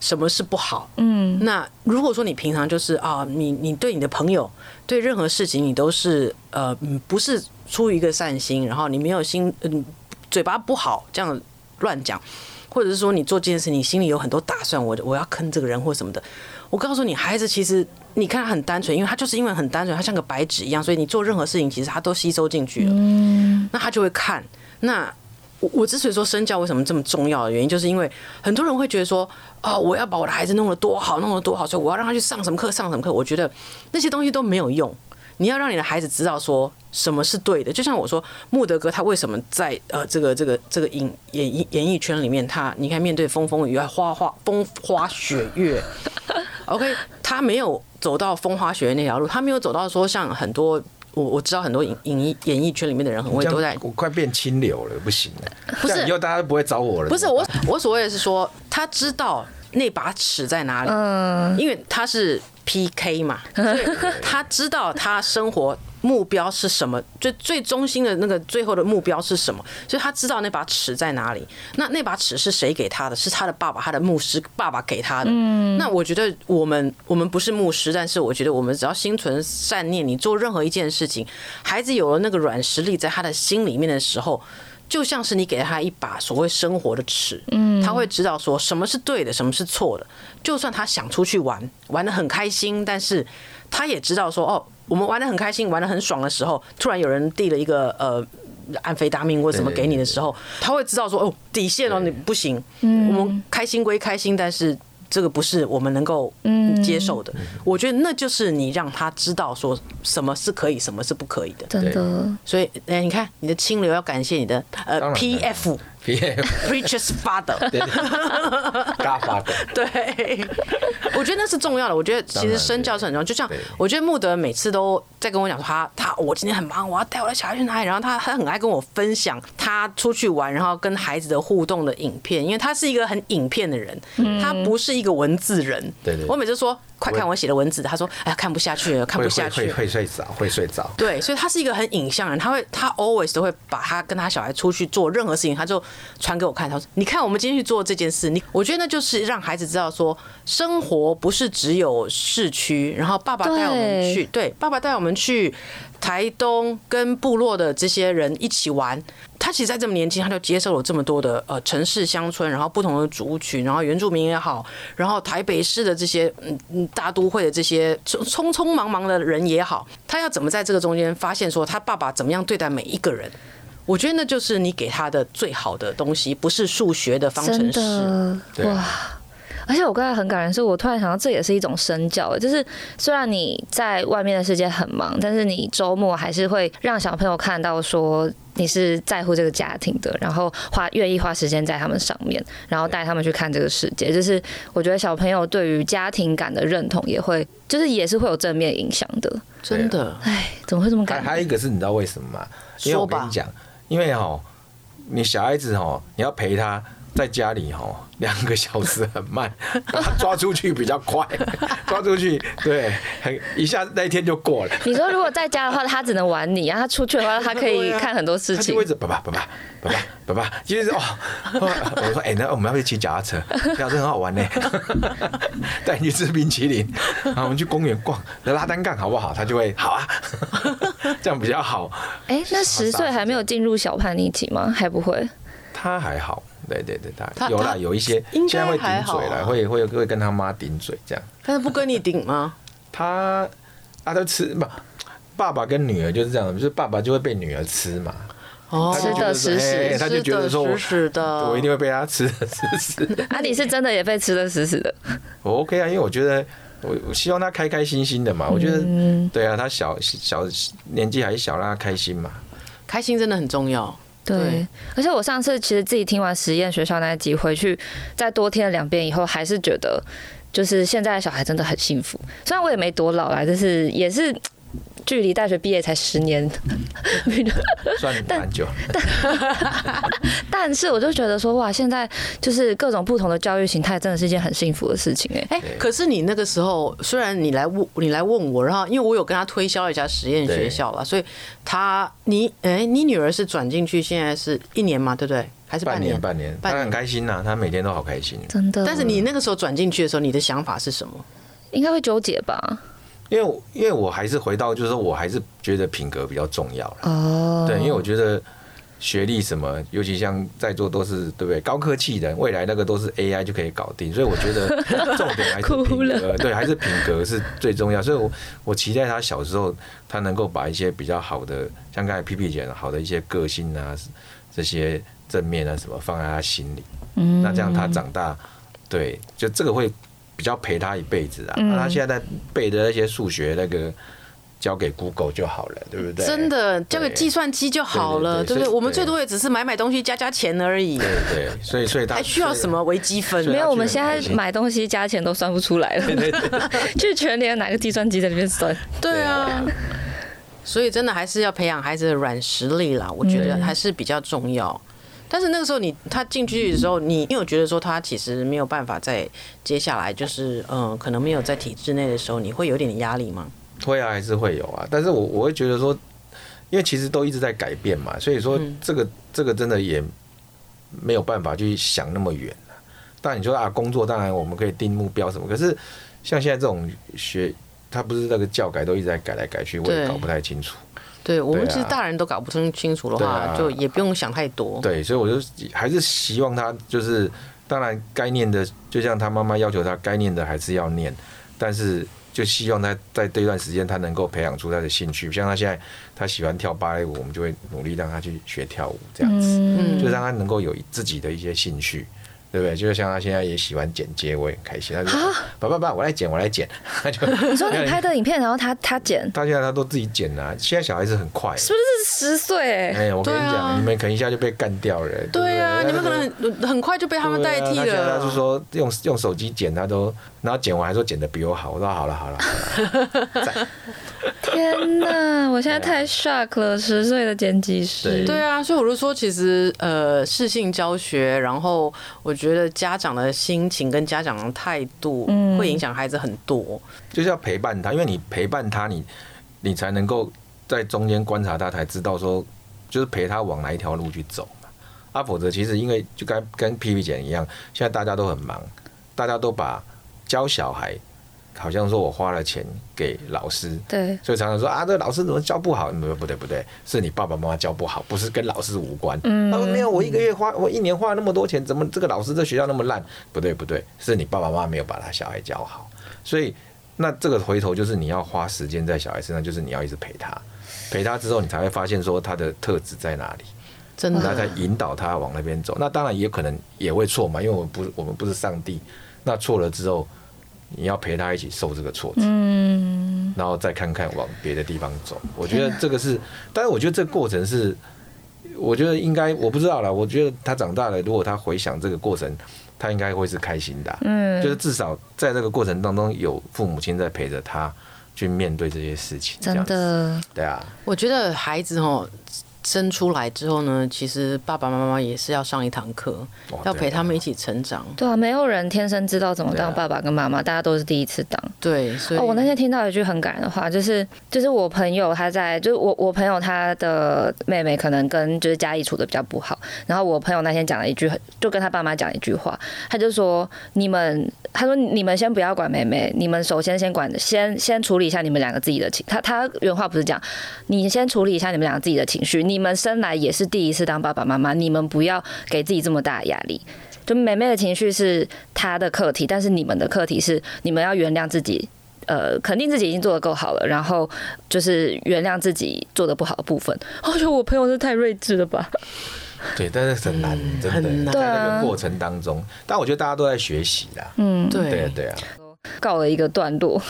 什么是不好。嗯，那如果说你平常就是啊，你你对你的朋友，对任何事情你都是呃，嗯不是出于一个善心，然后你没有心，嗯，嘴巴不好这样乱讲。或者是说你做这件事，你心里有很多打算，我我要坑这个人或什么的。我告诉你，孩子其实你看他很单纯，因为他就是因为很单纯，他像个白纸一样，所以你做任何事情其实他都吸收进去了。那他就会看。那我我之所以说身教为什么这么重要的原因，就是因为很多人会觉得说，啊，我要把我的孩子弄得多好，弄得多好，所以我要让他去上什么课，上什么课。我觉得那些东西都没有用。你要让你的孩子知道说什么是对的，就像我说，穆德哥他为什么在呃这个这个这个影演艺演艺圈里面，他你看面对风风雨雨、花花风花雪月，OK，他没有走到风花雪月那条路，他没有走到说像很多我我知道很多影影艺演艺圈里面的人很会
这
都在
样我快变清流了，不行了。
不是
这样以后大家都不会找我了。
不是我，我所谓的是说，他知道那把尺在哪里，因为他是 PK 嘛，所以他知道他生活目标是什么， 最最中心的那个最后的目标是什么，所以他知道那把尺在哪里。那那把尺是谁给他的？是他的爸爸，他的牧师爸爸给他的。那我觉得我们我们不是牧师，但是我觉得我们只要心存善念，你做任何一件事情，孩子有了那个软实力在他的心里面的时候。就像是你给他一把所谓生活的尺，嗯，他会知道说什么是对的，什么是错的。就算他想出去玩，玩的很开心，但是他也知道说，哦，我们玩的很开心，玩的很爽的时候，突然有人递了一个呃安非他命或什么
对对
给你的时候，他会知道说，哦，底线哦，你不行，我们开心归开心，但是。这个不是我们能够接受的，我觉得那就是你让他知道说什么是可以，什么是不可以的。
真的，
所以，哎、你看你的清流要感谢你的呃
当然
PF
，PF
Preacher's Father，
大发 的，
对，我觉得那是重要的。我觉得其
当
实
然
身教是很重要。就像
对
我觉得穆德每次都在跟我讲说他他我今天很忙，我要带我的小孩去哪里，然后他他很爱跟我分享他出去玩，然后跟孩子的互动的影片，因为他是一个很影片的人，他不是一个文字人。
嗯对对
我每次说快看我写的文字，他说哎呀看不下去了，看
会
不下
会
去
会
了。
会睡着，会睡着。
对，所以他是一个很影像人，他会他 always 都会把他跟他小孩出去做任何事情，他就传给我看，他说：“你看我们今天去做这件事。”你我觉得那就是让孩子知道说，生活不是只有市区，然后爸爸带我们去，对，爸爸带我们去台东跟部落的这些人一起玩。他其实在这么年轻，他就接受了这么多的呃城市、乡村，然后不同的族群，然后原住民也好，然后台北市的这些嗯嗯大都会的这些匆匆匆忙忙的人也好，他要怎么在这个中间发现说他爸爸怎么样对待每一个人？我觉得那就是你给他的最好的东西，不是数学的方程
真
式。
的，
对啊
哇！而且我刚才很感人，是我突然想到，这也是一种身教，就是虽然你在外面的世界很忙，但是你周末还是会让小朋友看到说。你是在乎这个家庭的，然后花愿意花时间在他们上面，然后带他们去看这个世界，就是我觉得小朋友对于家庭感的认同也会，就是也是会有正面影响的。
真的，
哎，怎么会这么
还
感人？
还有一个是你知道为什么吗？因为
说
我跟
吧
你讲，因为哦，你小孩子哦，你要陪他在家里哦，两个小时很慢， 把他抓出去比较 快，抓出去对，很一下那一天就过了。
你说如果在家的话，他只能玩你，然后啊他出去的话，他可以
对啊
看很多事
他
情
就。会一直爸爸爸爸爸爸爸爸，就是哦， 我说哎、那我们要不要骑脚踏车？脚踏车很好玩呢，带你去吃冰淇淋，然后我们去公园逛，拉单杠好不好？他就会好啊， 这样比较好。
哎、那十岁还没有进入小叛逆期吗？还不会。
他还好，对对对，
他
他有啦，
他
有一些
应该
现在会顶
还好
嘴
啊
了，会会会跟他妈顶嘴这样。
但是不跟你顶吗？
他他都吃不，爸爸跟女儿就是这样，就是爸爸就会被女儿吃嘛，
哦
他就觉得说
吃得实实
哎他就觉得说我
是的，
我一定会被他吃的吃死。
啊，你是真的也被吃的死死的。
我 OK 啊，因为我觉得我我希望他开开心心的嘛，我觉得对啊，他小小年纪还小，让他开心嘛。
开心真的很重要。对
对，而且我上次其实自己听完实验学校那一集回去，再多听了两遍以后，还是觉得就是现在的小孩真的很幸福。虽然我也没多老啦，但是也是距离大学毕业才十年，
算蛮久，
但是我就觉得说哇，现在就是各种不同的教育形态，真的是一件很幸福的事情
哎、
哎、
可是你那个时候，虽然你来问你来问我，然后因为我有跟他推销一下实验学校了，所以他你哎、你女儿是转进去，现在是一年嘛，对不对？还是
半
年？
年半年，
半
他很
年。
开心呐、他每天都好开心。
真的。
但是你那个时候转进去的时候，你的想法是什么？
应该会纠结吧？
因为我因为我还是回到，就是说我还是觉得品格比较重要啦。
哦，
对，因为我觉得学历什么，尤其像在座都是对不对？高科技人，未来那个都是 AI 就可以搞定，所以我觉 得重点还是
哭
品格，
了
对，还是品格是最重要。所以我我期待他小时候，他能够把一些比较好的，像刚才 P P 姐讲好的一些个性啊，这些正面啊什么放在他心里，
嗯
那这样他长大，对，就这个会比较陪他一辈子啊。
嗯
那他现在在背的那些数学那个。交给 Google 就好了，对不对？
真的交给
对
计算机就好了，
对对对
对不对？
所以
我们
对
最多也只是买买东西加加钱而已，
对， 所以所以他
还需要什么微积分？
对
没
啊
有，我们
觉
现
得很
在
开心
买东西加钱都算不出来了， 去全联哪个计算机在里面算？
对啊，所以真的还是要培养孩子的软实力啦，我觉得还是比较重要。但是那个时候你他进去的时候，你你有觉得说他其实没有办法在接下来就是嗯、呃可能没有在体制内的时候，你会有点压力吗？
会啊，还是会有啊。但是我我会觉得说，因为其实都一直在改变嘛，所以说
嗯
这个、这个真的也没有办法去想那么远、啊、但你说啊，工作当然我们可以定目标什么，可是像现在这种学，他不是那个教改都一直在改来改去，我也
对
搞不太清楚。
对我们
对啊
其实大人都搞不清清楚的
对
话，
啊
就也不用想太多。
对，所以我就还是希望他就是，当然该念的，就像他妈妈要求他该念的还是要念，但是就希望他在这段时间他能够培养出他的兴趣，像他现在他喜欢跳芭蕾舞，我们就会努力让他去学跳舞这样子，
嗯
就让他能够有自己的一些兴趣。对不对？就像他现在也喜欢剪接，我也很开心。他就说：“
啊
爸爸爸，我来剪，我来剪。”他就
你说你拍的影片，然后他他剪，
他现在他都自己剪啦、现在小孩子很快，
是不是十岁？
哎、我跟你
对
讲，
啊
你们可能一下就被干掉了。对不
对啊，
对
你们可能很很快就被他们代替
对啊
了。
他现在就说用用手机剪，他都，然后剪完还说剪的比我好，我说好了好了，好了
天哪，我现在太 shock 了，十岁的剪辑师。
对啊，所以我就说，其实呃，适性教学，然后我觉得家长的心情跟家长的态度
嗯
会影响孩子很多。
就是要陪伴他，因为你陪伴他，你你才能够在中间观察他，才知道说就是陪他往哪一条路去走嘛。啊，否则其实因为就跟跟 P P 姐一样，现在大家都很忙，大家都把教小孩，好像说我花了钱给老师，
对
所以常常说啊，这老师怎么教不好？嗯不对不对不对，是你爸爸妈妈教不好，不是跟老师无关。
嗯
他说没有，我一个月花我一年花那么多钱，怎么这个老师这学校那么烂？不对不对，是你爸爸妈妈没有把他小孩教好。所以那这个回头就是你要花时间在小孩身上，就是你要一直陪他，陪他之后你才会发现说他的特质在哪里。
真
嗯
那
的
在，引导他往那边走。那当然也可能也会错嘛，因为我们不我们不是上帝，那错了之后，你要陪他一起受这个挫折，
嗯
然后再看看往别的地方走。我觉得这个是，但是我觉得这个过程是，我觉得应该我不知道啦。我觉得他长大了，如果他回想这个过程，他应该会是开心的啊、
嗯
就是至少在这个过程当中，有父母亲在陪着他去面对这些事情，这
真
样子，
的，
对啊，
我觉得孩子哦。生出来之后呢，其实爸爸妈妈也是要上一堂课
哦
哇，
要
啊
对
陪他们一起成长。
对啊，没有人天生知道怎么
对啊
当爸爸跟妈妈，大家都是第一次当。
对，所以、
哦，我那天听到一句很感人的话，就是就是我朋友他在，就是我我朋友他的妹妹可能跟就是家里处的比较不好，然后我朋友那天讲了一句很，就跟他爸妈讲一句话，他就说你们，他说你们先不要管妹妹，你们首先先管先先处理一下你们两个自己的情，他他原话不是讲，你先处理一下你们两个自己的情绪，你们生来也是第一次当爸爸妈妈，你们不要给自己这么大的压力。就妹妹的情绪是她的课题，但是你们的课题是你们要原谅自己，呃，肯定自己已经做得够好了，然后就是原谅自己做的不好的部分。 哦我觉得我朋友是太睿智了吧？
对，但是很难，真的
嗯很难
在
对
那
啊
个过程当中，但我觉得大家都在学习啦，
嗯，
对啊
对
对啊，
告了一个段落，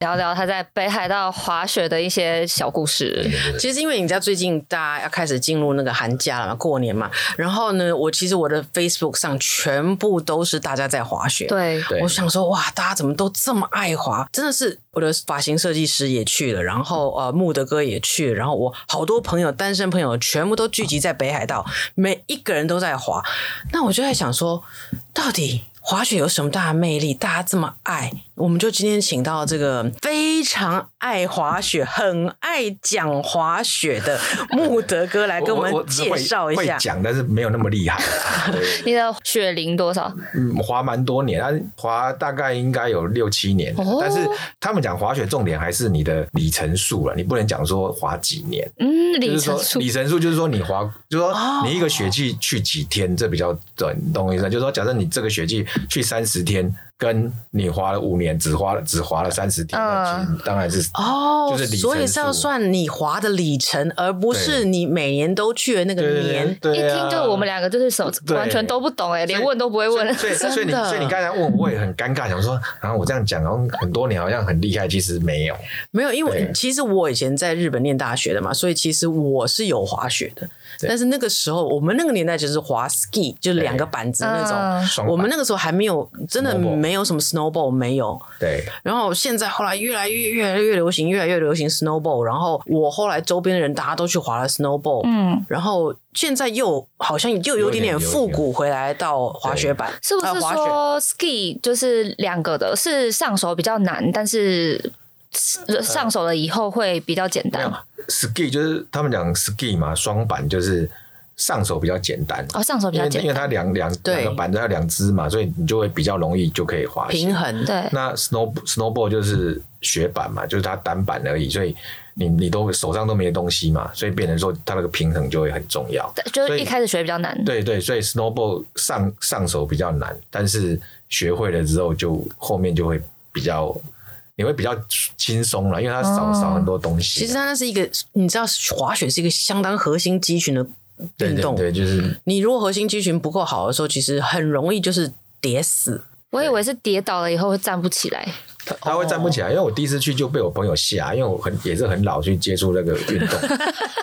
聊聊他在北海道滑雪的一些小故事。
其实因为你知道最近大家要开始进入那个寒假了嘛，过年嘛，然后呢，我其实我的 Facebook 上全部都是大家在滑雪。
对，
对
我想说，哇，大家怎么都这么爱滑？真的是我的发型设计师也去了，然后呃，木德哥也去了，然后我好多朋友，单身朋友全部都聚集在北海道，每一个人都在滑。那我就在想说，到底滑雪有什么大的魅力？大家这么爱，我们就今天请到这个非常爱滑雪、很爱讲滑雪的木德哥来跟我们
只
介
会
绍一下
会。讲，但是没有那么厉害啊。
你的雪龄多少？
嗯，滑蛮多年，但是滑大概应该有六七年。
哦
但是他们讲滑雪重点还是你的里程数了，你不能讲说滑几年，
嗯，
就
里
是
程
说
数
里程数就是说你滑，就是
哦
说你一个雪季去几天，这比较准，懂我意思吗？就是说，假设你这个雪季去三十天，跟你滑了五年，只花了只滑了三十天，那
嗯
其实当然是
哦，
就是里程数
所以是要算你滑的里程，而不是
对
你每年都去的那个
对对对
年。
对
一
啊
听就我们两个就是手
对
完全都不懂哎、连问都不会问。
所以，所以所以你
真的
所以你刚才问我，我也很尴尬，想说，然后我这样讲，然后很多年好像很厉害，其实没有。
没有，因为
对
其实我以前在日本念大学的嘛，所以其实我是有滑雪的。
对
但是那个时候，我们那个年代就是滑 ski，就是两个板子那
嗯
种。
双板
我们那个时候还没有，真的
Snowboard
没有什么 snowball，没有。
对，
然后现在后来越来越越来越流行，越来越流行 snowball。然后我后来周边的人大家都去滑了 snowball，、
嗯，
然后现在又好像又有点点
有点
复古回来到滑雪板，
是不
呃
是
滑雪
说 ski 就是两个的，是上手比较难，但是
嗯
上手了以后会比较简
没
单
有？ski 就是他们讲 ski 嘛，双板就是上手比较简单，
哦，上手比
因
较
为
简
因为
单。
它两两
对
两个板子要两只嘛，所以你就会比较容易就可以滑行
平。衡？
对，
那 snow snowboard 就是雪板嘛，就是它单板而已，所以你你都手上都没东西嘛，所以变成说它那个平衡就会很重要。
就是
所以
一开始学比较难。
对对，所以 snowball 上上手比较难，但是学会了之后就，后面就会比较，你会比较轻松了，因为它少、
哦
少很多东西。
其实它那是一个，你知道，滑雪是一个相当核心肌群的
对
运动。
对对，就是
你如果核心肌群不够好的时候，其实很容易就是跌 死。
我以为是跌倒了以后会站不起来。
它它会站不起
哦
来，因为我第一次去就被我朋友吓，因为我很也是很老去接触那个运 动，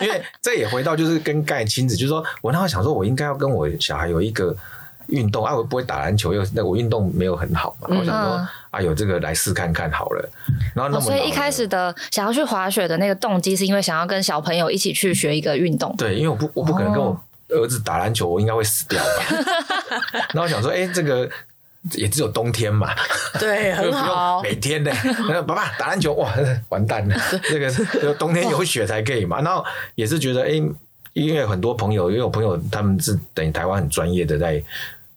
因为这也回到就是跟盖亲子，就是说我那时候想说，我应该要跟我小孩有一个。运动啊，我不会打篮球，又那我运动没有很好嘛，我想说
嗯，
啊有这个来试看看好了。然后啊那么、
哦、所以一开始的想要去滑雪的那个动机，是因为想要跟小朋友一起去学一个运动。
对，因为我不我不可能跟
哦
我儿子打篮球，我应该会死掉吧。 然后我想说，哎、这个也只有冬天嘛，
对，
又
很
不用
好。
每天呢、然后爸爸打篮球，哇，完蛋了，这个就冬天有雪才可以嘛。然后也是觉得，哎、因为很多朋友，因为我朋友他们是等于台湾很专业的在。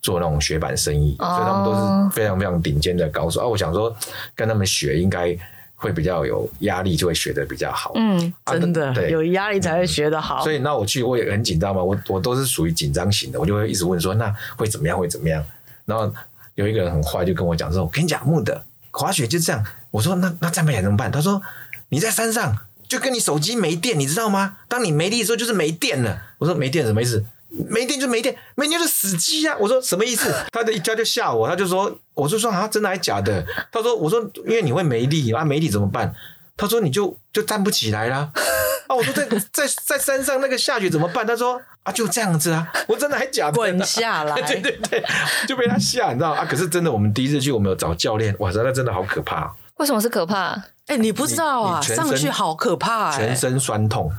做那种雪板生意，
哦
所以他们都是非常非常顶尖的高手啊！我想说，跟他们学应该会比较有压力，就会学的比较好。
嗯，
啊
真
对嗯
的有压力才会学得好
所，以那我去我也很紧张嘛，我我都是属于紧张型的，我就会一直问说那会怎么样会怎么样。然后有一个人很坏，就跟我讲说：“我跟你讲，木的滑雪就这样。”我说：“那那站不起来怎么办？”他说：“你在山上就跟你手机没电，你知道吗？当你没力的时候就是没电了。”我说：“没电是什么意思？”没电就没电，没电就死机啊！我说什么意思？他的一家就吓我，他就说，我就说啊，真的还假的？他说，我说因为你会没力啊，没力怎么办？他说你就就站不起来啦。 啊，我说在在在山上那个下雪怎么办？他说啊，就这样子啊，我真的还假的、啊？
滚下来
对对对， 就被他吓，你知道啊？可是真的，我们第一次去，我们有找教练，哇塞，那真的好可怕、啊，
为什么是可怕？
哎、你不知道啊，
你你全
上
身
去好可怕、哎
全身酸痛，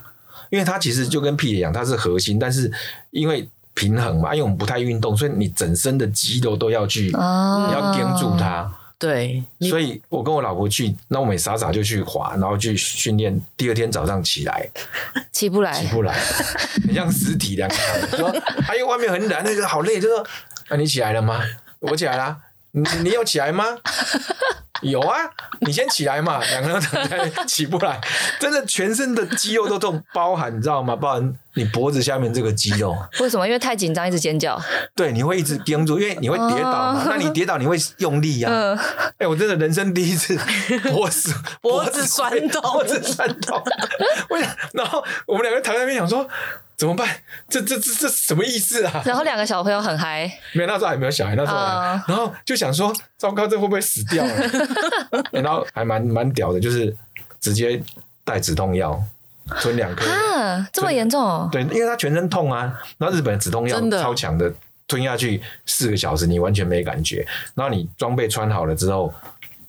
因为它其实就跟屁一样，它是核心，但是因为平衡嘛，因为我们不太运动，所以你整身的肌肉都要去，
哦
你要盯住它。
对，啊你
所以我跟我老婆去，那我们也傻傻就去滑，然后去训练。第二天早上起来
起不来
起，不来，很像尸体两个人。说：“哎呦，外面很冷，那个好累。”就说：“啊，你起来了吗？我起来啦。你你有起来吗？有啊，你先起来嘛。两个人躺在起不来，真的全身的肌肉都痛，包含你知道吗？包含你脖子下面这个肌肉，
为什么？因为太紧张，一直尖叫。
对，你会一直盯住，因为你会跌倒嘛。那你跌倒，你会用力呀、啊。
嗯，
哎、我真的人生第 一次脖子
脖子酸痛
脖子酸痛。我想，然后我们两个躺在那边想说，怎么办？这这这这什么意思啊？
然后两个小朋友很嗨，
没有，那时候还没有小孩，那时候还、
哦
啊
然后就想说，糟糕，这会不会死 掉了？哎然后还蛮蛮屌的，就是直接带止痛药，吞两颗。
啊，这么严重哦？
对，因为他全身痛啊。然后日本的止痛药
真的
超强的，吞下去四个小时，你完全没感觉。然后你装备穿好了之后，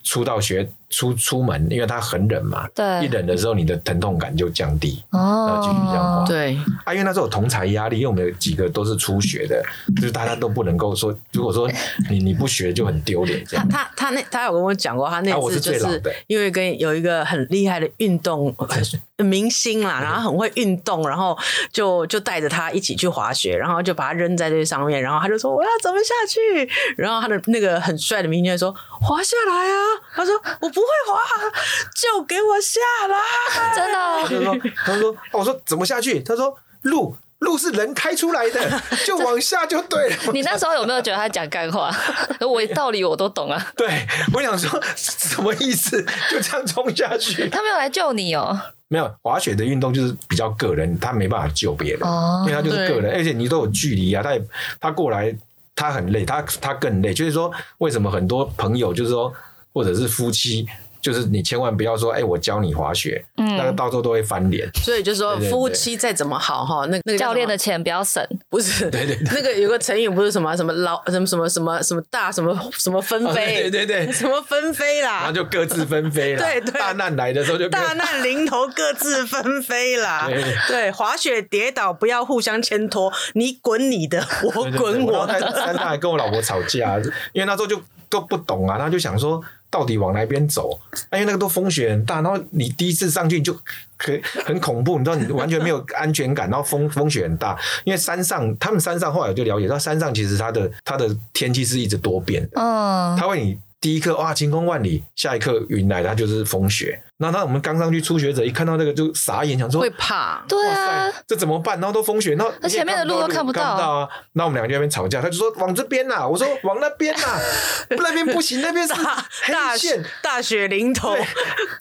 出到学出出门，因为它很冷嘛，
对
一冷的时候你的疼痛感就降低。然后继续这样
哦
滑，
对
啊，因为那时候有同才压力，因为我们有几个都是初学的，就是大家都不能够说，如果说你你不学就很丢脸这
他
样。
他他那他有跟我讲过，他那
啊我
次
是
就
最老
是
的
因为跟有一个很厉害的运 动呃明星啦，然后很会运动，然后就就带着他一起去滑雪，然后就把他扔在这上面，然后他就说我要怎么下去？然后他的那个很帅的明星就说滑下来啊，他说我不会滑，就给我下来。
真的
他
哦，
就说，他说，啊我说怎么下去？他说路路是人开出来的，就往下就对了。
你那时候有没有觉得他讲干话？ 我道理我都懂啊，
对，我想说什么意思？就这样冲下去？
他没有来救你哦。
没有，滑雪的运动就是比较个人，他没办法救别人，
哦
因为他就是个人，
对
而且你都有距离啊，他也他过来，他很累，他他更累，就是说为什么很多朋友就是说或者是夫妻。就是你千万不要说，哎、我教你滑雪，
嗯
那个到时候都会翻脸。
所以就说
对对对
夫妻再怎么好哈，那那个叫
教练
什么
的钱不要省，
不是
对对对
那个有个成语不是什么什么老什么什么什么什么大什么什么纷
啊
飞，
对哦对对
什么纷飞啦，
然后就各自纷飞 了。
对对
大难来的时候就 各
大难临头各自纷飞啦
对。
对，滑雪跌倒不要互相牵拖，你滚你的，我
对对对
滚我
我在
的。
山上还跟我老婆吵架，因为那时候就都不懂啊，他就想说到底往哪边走，啊因为那个都风雪很大，然后你第一次上去你就可很恐怖，你知道你完全没有安全感，然后风风雪很大，因为山上他们山上后来我就了解到，山上其实它的它的天气是一直多变的。
嗯，
他为你第一刻哇晴空万里，下一刻云来了，它就是风雪。那那我们刚上去初学者一看到那个就傻眼，想 说
会怕，
对
哇
啊，
塞，这怎么办？然后都风雪，然后
那前面的路都看
看
不到
看不到啊。那我们两个就在那边吵架，他就说往这边啦、我说往那边 啦、那边不行，那边是
大
黑
大
线
雪。大雪临头
对，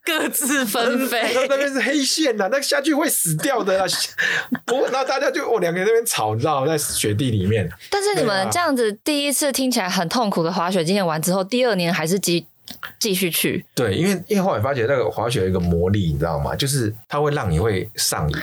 各自纷
他说
飞。
嗯那边是黑线呐、那下去会死掉的啦。 不，那大家就哦我两个人在那边吵，你知道吗，在雪地里面，
但是你
对
们
啊
这样子第一次听起来很痛苦的滑雪经验完之后，第二年还是继继续去，
对，因为因为后来发觉那个滑雪有一个魔力，你知道吗？就是它会让你会上瘾，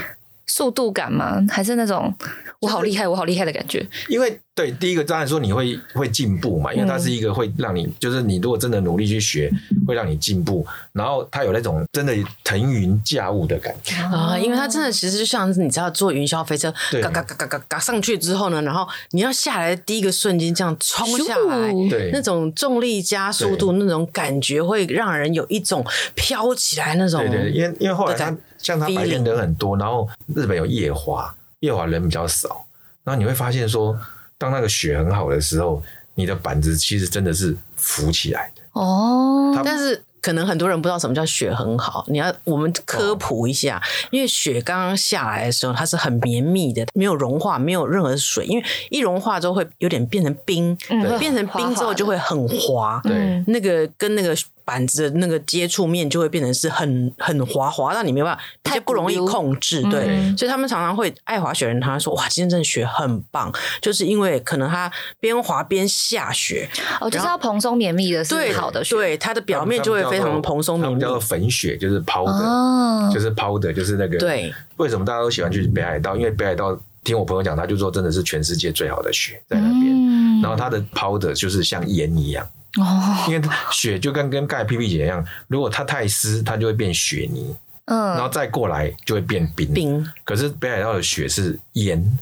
速度感吗？还是那种我好厉害，我好厉害的感觉？
因为对第一个当然说你会会进步嘛，
嗯
因为它是一个会让你、就是你如果真的努力去学，会让你进步。然后它有那种真的腾云驾雾的感 觉，
啊，因为它真的其实就像是你知道坐云霄飞车，
对
嘎嘎嘎嘎嘎嘎上去之后呢，然后你要下来的第一个瞬间这样冲下来，
咻
对
那种重力加速度那种感觉会让人有一种飘起来那种。
对对对，因为因为后来
的
它
感
像它白天
feeling
人很多，然后日本有夜华，夜华人比较少，然后你会发现说，当那个雪很好的时候，你的板子其实真的是浮起来的，
哦，
它
但是可能很多人不知道什么叫雪很好，你要我们科普一下，因为雪刚刚下来的时候，它是很绵密的，没有融化，没有任何水，因为一融化之后会有点变成冰，
嗯
变成冰之后就会很滑，
对。
嗯
那个跟那个板子的那个接触面就会变成是很很滑滑，让你没办法，
太
太不容易
鼓溜
控制。对，所以他们常常会爱滑雪人，他说哇，今天真的雪很棒，就是因为可能他边滑边下雪，
哦，就是要蓬松绵密的
对
是好的雪，
对它的表面就会非常蓬松
他
明
们
密
叫。做粉雪，就是抛的，
哦，
就是抛的，就是那个。
对，
为什么大家都喜欢去北海道？因为北海道，听我朋友讲，他就说真的是全世界最好的雪在那边。
嗯
然后它的抛的就是像盐一样，
哦，
因为雪就跟跟盖屁屁姐一样，如果它太湿，它就会变雪泥，然后
嗯，
再过来就会变冰。
冰
可是北海道的雪是烟，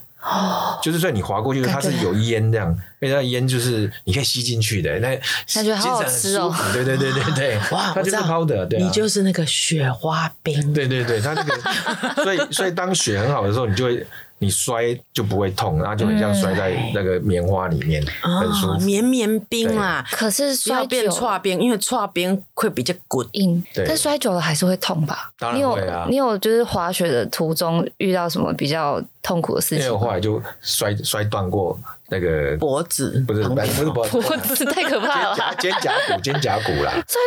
就是在你滑过去，它是有烟这样，因为那烟就是你可以吸进去的，那
感觉好好吃哦
精神很舒服对对对对对，
哇
它
我知
就是
道
抛的，对、啊，
你就是那个雪花冰。
对对对，它 那个，所以所以当雪很好的时候，你就会你摔就不会痛，然后就很像摔
哎
在那个棉花里面，很舒
啊，
服。
绵绵冰啦，
可是
不要
摔
变
久
搓冰，因为搓冰会比较滚。
硬，
对
但摔久了还是会痛吧？
当然
你有
会啊
你有就是滑雪的途中遇到什么比较痛苦的事
因为
情
我
吗？
后来就摔摔断过那个
脖子
不是
旁
不
边
是脖子，
脖子 太可怕了
肩
吧
胛！肩胛骨肩胛 骨啦。
摔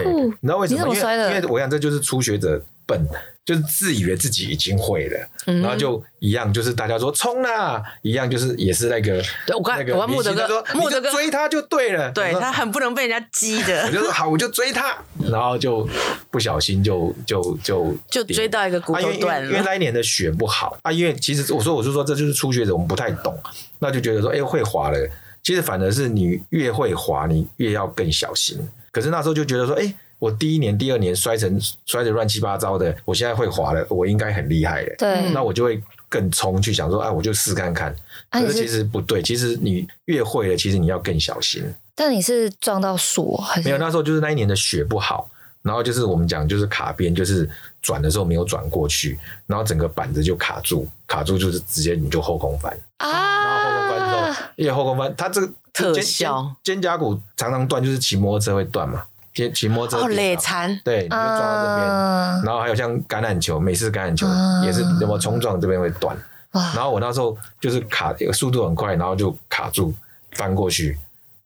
对
肩胛，骨
你，知道为什
你
么？
怎么
因
摔
为因为
的？
我想这就是初学者笨，就是自以为自己已经会了，
嗯
然后就一样，就是大家说冲啦，一样就是也是那个
对我刚
那个
我刚木德
明星
哥
他说
木
你
德
就
哥
追他就对了，
对
我说
他很不能被人家激
我
的，
就说好，我就追他，然后就不小心就就就
就追到一个骨
啊因
头
为因为
断
因为
了。
那一年的雪不好啊，因为其实我说我是说这就是初学者，我们不太懂，那就觉得说哎、会滑了，其实反而是你越会滑，你越要更小心。可是那时候就觉得说哎、我第一年、第二年摔成摔得乱七八糟的，我现在会滑了，我应该很厉害了。
嗯
对，
那我就会更冲去想说，哎、我就试看看。
啊
可
你
是
是
其实不对，其实你越会了，其实你要更小心。
但你是撞到树哦还
没有，
是？
那时候就是那一年的雪不好，然后就是我们讲就是卡边，就是转的时候没有转过去，然后整个板子就卡住，卡住就是直接你就后空翻，然后后空翻之后
啊，，
因为后空翻它这个
特
肩
效
肩肩胛骨常常断，就是骑摩托车会断嘛，骑骑摩托车
哦，累
跌倒
残，
对，你就撞到这边。
啊
然后还有像橄榄球，美式橄榄球
啊
也是那么冲撞这边会断，然
哇，
后我那时候就是卡速度很快，然后就卡住翻过去，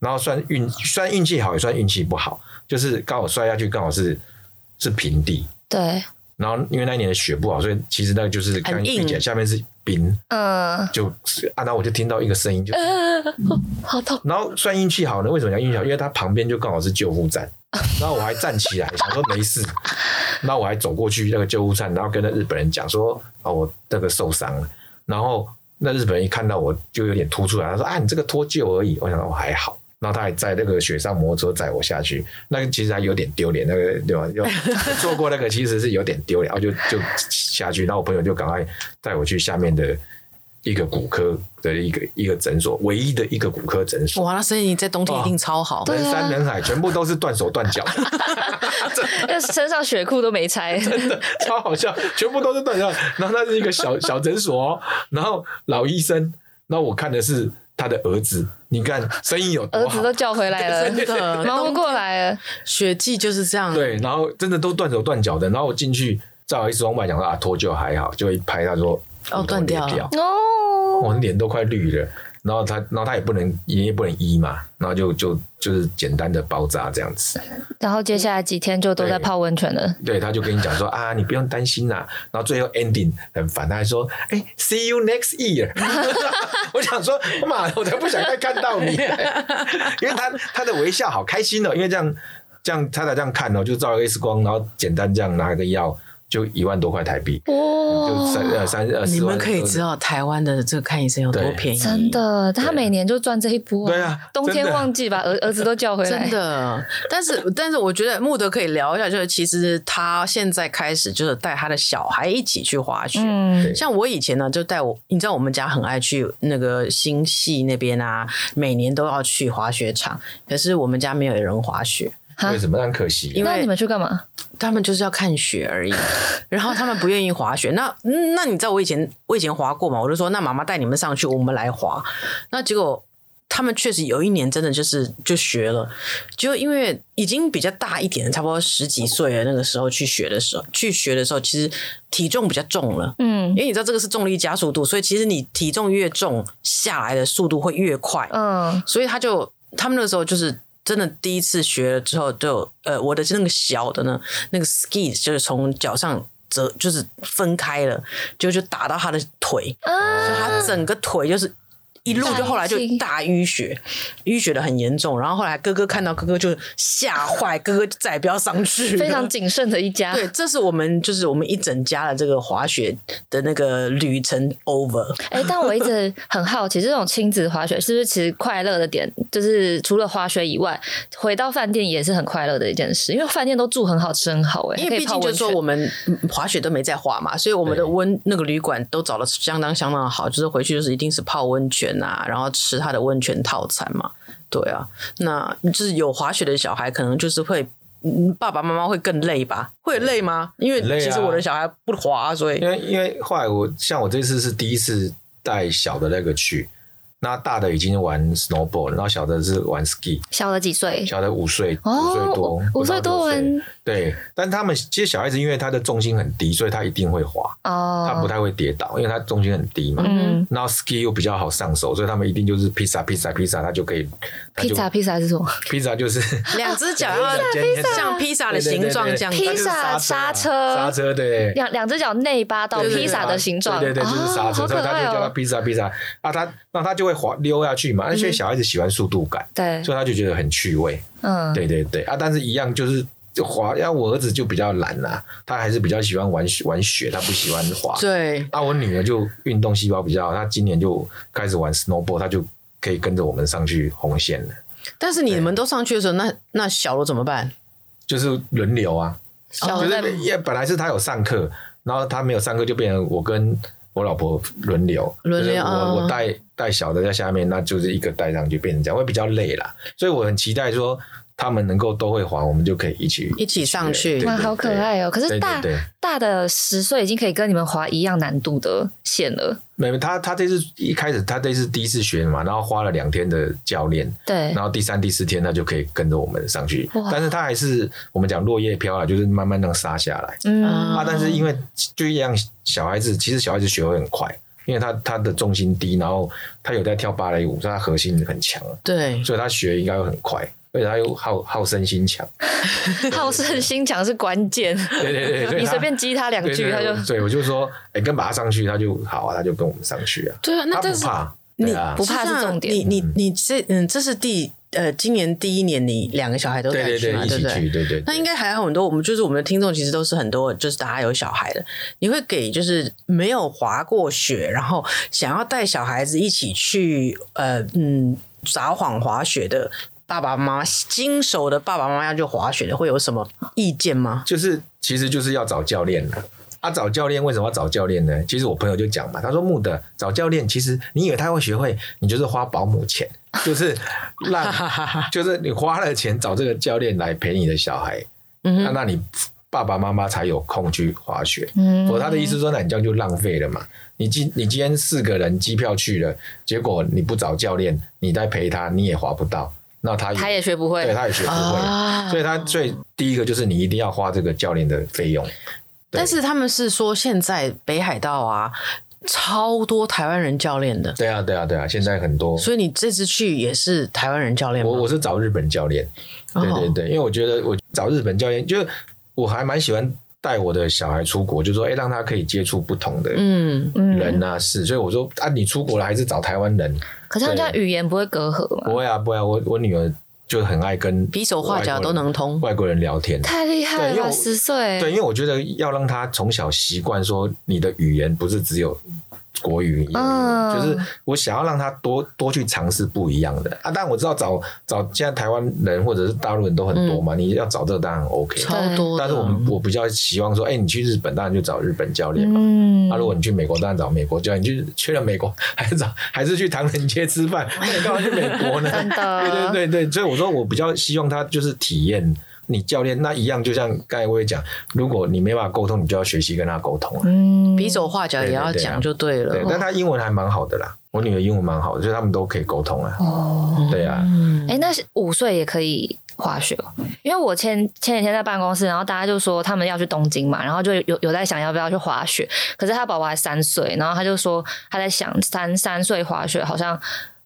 然后算运算运气好也算运气不好，就是刚好摔下去，刚好是是平地，
对，
然后因为那一年的雪不好，所以其实那个就是刚刚
很硬
并且下面是冰，
嗯，
就是啊，然后我就听到一个声音就，
呃
好痛，
然后算运气好呢，为什么讲运气好？因为它旁边就刚好是救护站，然后我还站起来想说没 事，然后我还走过去那个救护站，然后跟那日本人讲说啊、哦、我那个受伤了，然后那日本人一看到我就有点突出来，他说啊你这个脱臼而已，我想说我啊还好。然后他还在那个雪上摩托车载我下去，那个其实还有点丢脸，那个对吧？就做过那个其实是有点丢脸，然后就就下去，然后我朋友就赶快带我去下面的一个骨科的一个一个诊所，唯一的一个骨科诊所。
哇，那生意在冬天一定超好。
对
人
啊
山人海，全部都是断手断脚的，
那身上血裤都没 拆，
超好笑，全部都是断脚。然后那是一个小小诊所、哦，然后老医生，那我看的是他的儿子，你看生意有
儿
多好
子都。叫回来了，
真的
忙不过来了，
雪季就是这样，
对，然后真的都断手断脚的，然后我进去，再好意思，我买讲说啊脱臼还好，就一拍他说
哦断掉了
骨头裂
哦，
我脸都快绿了。然后他，然后他也不能，也不能医嘛，然后就就就是简单的包扎这样子。
然后接下来几天就都在
对
泡温泉了。
对，他就跟你讲说啊，你不用担心啦。然后最后 ending 很烦，他还说，哎、s e e you next year。我想说，妈，我才不想再看到你， 因为他他的微笑好开心哦，因为这样这样他才这样看哦，就照个 X 光，然后简单这样拿个药，就一万多块台币，就三
哇，
呃三呃
你
四万
们可以知道台湾的这个看医生有多
哎对啊
便宜，
真的，他每年就赚这一波、
对啊
冬天
真的啊
旺季把儿 儿子都叫回来，
真的，但是 但是我觉得穆德可以聊一下，就是其实他现在开始就是带他的小孩一起去滑雪。
嗯，
对
像我以前呢，就带我，你知道我们家很爱去那个新系那边啊，每年都要去滑雪场，可是我们家没有人滑雪，
啊
呃为什么？那很可惜
因。为
那你们去干嘛？
他们就是要看雪而已， 然后他们不愿意滑雪。那嗯那你知道我以前我以前滑过嘛？我就说那妈妈带你们上去，我们来滑。那结果他们确实有一年真的就是就学了，就因为已经比较大一点，差不多十几岁了，那个时候去学的时候去学的时候，其实体重比较重了。
嗯
因为你知道这个是重力加速度，所以其实你体重越重，下来的速度会越快。
嗯，
所以他就他们那个时候就是真的第一次学了之后就有，呃，我的那个小的呢，那个 ski 就是从脚上折，就是分开了，就就打到他的腿，
啊，
所以他整个腿就是。一
嗯
路就后来就大淤血，淤血的很严重。然后后来哥哥看到哥哥就吓坏，哥哥就再也不要上去了，
非常谨慎的一家。
对，这是我们就是我们一整家的这个滑雪的那个旅程 over。
哎、但我一直很好奇，这 种亲子滑雪是不是其实快乐的点，就是除了滑雪以外，回到饭店也是很快乐的一件事，因为饭店都住很好，吃很好、哎，
因
可
为
以
毕竟
泡
就
温
说
泉。
我们嗯滑雪都没在滑嘛，所以我们的
对
温那个旅馆都找的相当相当好，就是回去就是一定是泡温泉啊，然后吃它的温泉套餐嘛。对啊，那就是有滑雪的小孩可能就是会。嗯爸爸妈妈会更累吧？会累吗？因为
很累啊
其实我的小孩不滑，啊所以
因为因为后来我像我这次是第一次带小的那个去，那大的已经玩 snowboard，了然后小的是玩 ski，
小了几岁？
小的五岁
哦
五岁多
五
不到
岁
六
多
岁
玩
对，但他们其实小孩子因为他的重心很低，所以他一定会滑，
哦，
他不太会跌倒，因为他重心很低嘛。
嗯
然后 ski 又比较好上手，所以他们一定就是披萨披萨披萨，他就可以，他就
，pizza pizza 是什么？
披萨 就是
两只脚要像披萨的形状这样子
对对对对对
披萨
它就是刹
刹车
车啊刹车对。
两两只脚内八到
对对对
披萨的形状，
对对对，就是刹车，
哦、好
所
可
以他
爱
就叫他
哦。
披萨披萨啊，他那他就会滑溜下去嘛，而且
嗯
小孩子喜欢速度感，
对，
所以他就觉得很趣味，
嗯，
对对对啊，但是一样就是就滑，然后我儿子就比较懒啦、他还是比较喜欢玩雪玩雪，他不喜欢滑，
对，
啊，我女儿就运动细胞比较好，她今年就开始玩 snowboard，她就可以跟着我们上去红线了，
但是你们都上去的时候，那那小罗怎么办？
就是轮流啊，
小
就
的在
是也本来是她有上课，然后她没有上课，就变成我跟我老婆轮流，
轮流
就是
嗯
我我带带小的在下面，那就是一个带上去，变成这样会比较累啦，所以我很期待说他们能够都会滑，我们就可以一起
一起上去
对
哇，
对
好可
对
爱哦！可是
对
大
对对
大的十岁已经可以跟你们滑一样难度的线了，
没有他他这次一开始他这次第一次学嘛，然后花了两天的教练，
对
然，后第三、第四天他就可以跟着我们上去
哇，
但是他还是我们讲落叶飘啊，就是慢慢能杀下来、
嗯
啊
啊。但是因为就一样，小孩子其实小孩子学会很快，因为他他的重心低，然后他有在跳芭蕾舞，所以他核心很强，
对，
所以他学应该会很快，而且他又好好胜心 强，
好胜心强是关键。
对对对，所以
你
他
随便激他两
对
句，
对
他就
对，我就说，哎、跟把他上去，他就好啊，他就跟我们上去啊，
对啊，那
他
但
不
是
怕，
你
对啊
不。怕是
这样
重点
你你你这嗯，这是第呃，今年第一年你两个小孩都
对
带
对
去嘛，
对，一
对
起
不
去，
对？
对对对。
那应该还有很多，我们就是我们的听众，其实都是很多，就是大家有小孩的，你会给就是没有滑过雪，然后想要带小孩子一起去呃嗯撒谎滑雪的爸爸妈妈，新手的爸爸妈妈要去滑雪的，会有什么意见吗？
就是其实就是要找教练了。啊，找教练为什么要找教练呢？其实我朋友就讲嘛，他说木的找教练，其实你以为他会学会，你就是花保姆钱，就是让，就是你花了钱找这个教练来陪你的小孩，
嗯
那、那你爸爸妈妈才有空去滑雪。
嗯
我他的意思说，那你这样就浪费了嘛？你今你今天四个人机票去了，结果你不找教练，你再陪他，你也滑不到，那他
他也学不会
对，他也学不会。
啊
所以他最第一个就是你一定要花这个教练的费用，对
但是他们是说，现在北海道啊，超多台湾人教练的，
对啊，对啊，对啊，现在很多。
所以你这次去也是台湾人教练吗？
我我是找日本教练，对对
哦
对，因为我觉得我找日本教练，就是我还蛮喜欢带我的小孩出国，就说哎、诶让他可以接触不同的
嗯，
嗯，
人啊事，所以我说啊，你出国了还是找台湾人？
可是他们家语言不会隔阂嘛？
不会啊，不会啊，我我女儿就很爱跟
嗯比手画脚都能通。
外国人聊天。
太厉害
对因
了
为
吧，
我
十岁，
对，因为我觉得要让他从小习惯说你的语言不是只有国语，
嗯
就是我想要让他多多去尝试不一样的啊。但我知道找找现在台湾人或者是大陆人都很多嘛，你要找这个当然很 OK，
超多的，
但是我们我比较希望说，哎、你去日本当然就找日本教练嘛。啊
嗯
那、，如果你去美国，当然找美国教练。你去去了美国，还是找还是去唐人街吃饭？那你干嘛去美国 呢？
真的，
对对对对，所以我说我比较希望他就是体验你教练那一样，就像刚才我也讲，如果你没办法沟通，你就要学习跟他沟通啊。
嗯，
比手画脚也要讲就对了。
对，但他英文还蛮好的啦，我女儿英文蛮好的，所以他们都可以沟通啊。
哦，
对啊，
哎，那是五岁也可以。滑雪哦，因为我前前几天在办公室，然后大家就说他们要去东京嘛，然后就有有在想要不要去滑雪，可是他宝宝还三岁，然后他就说他在想三三岁滑雪好像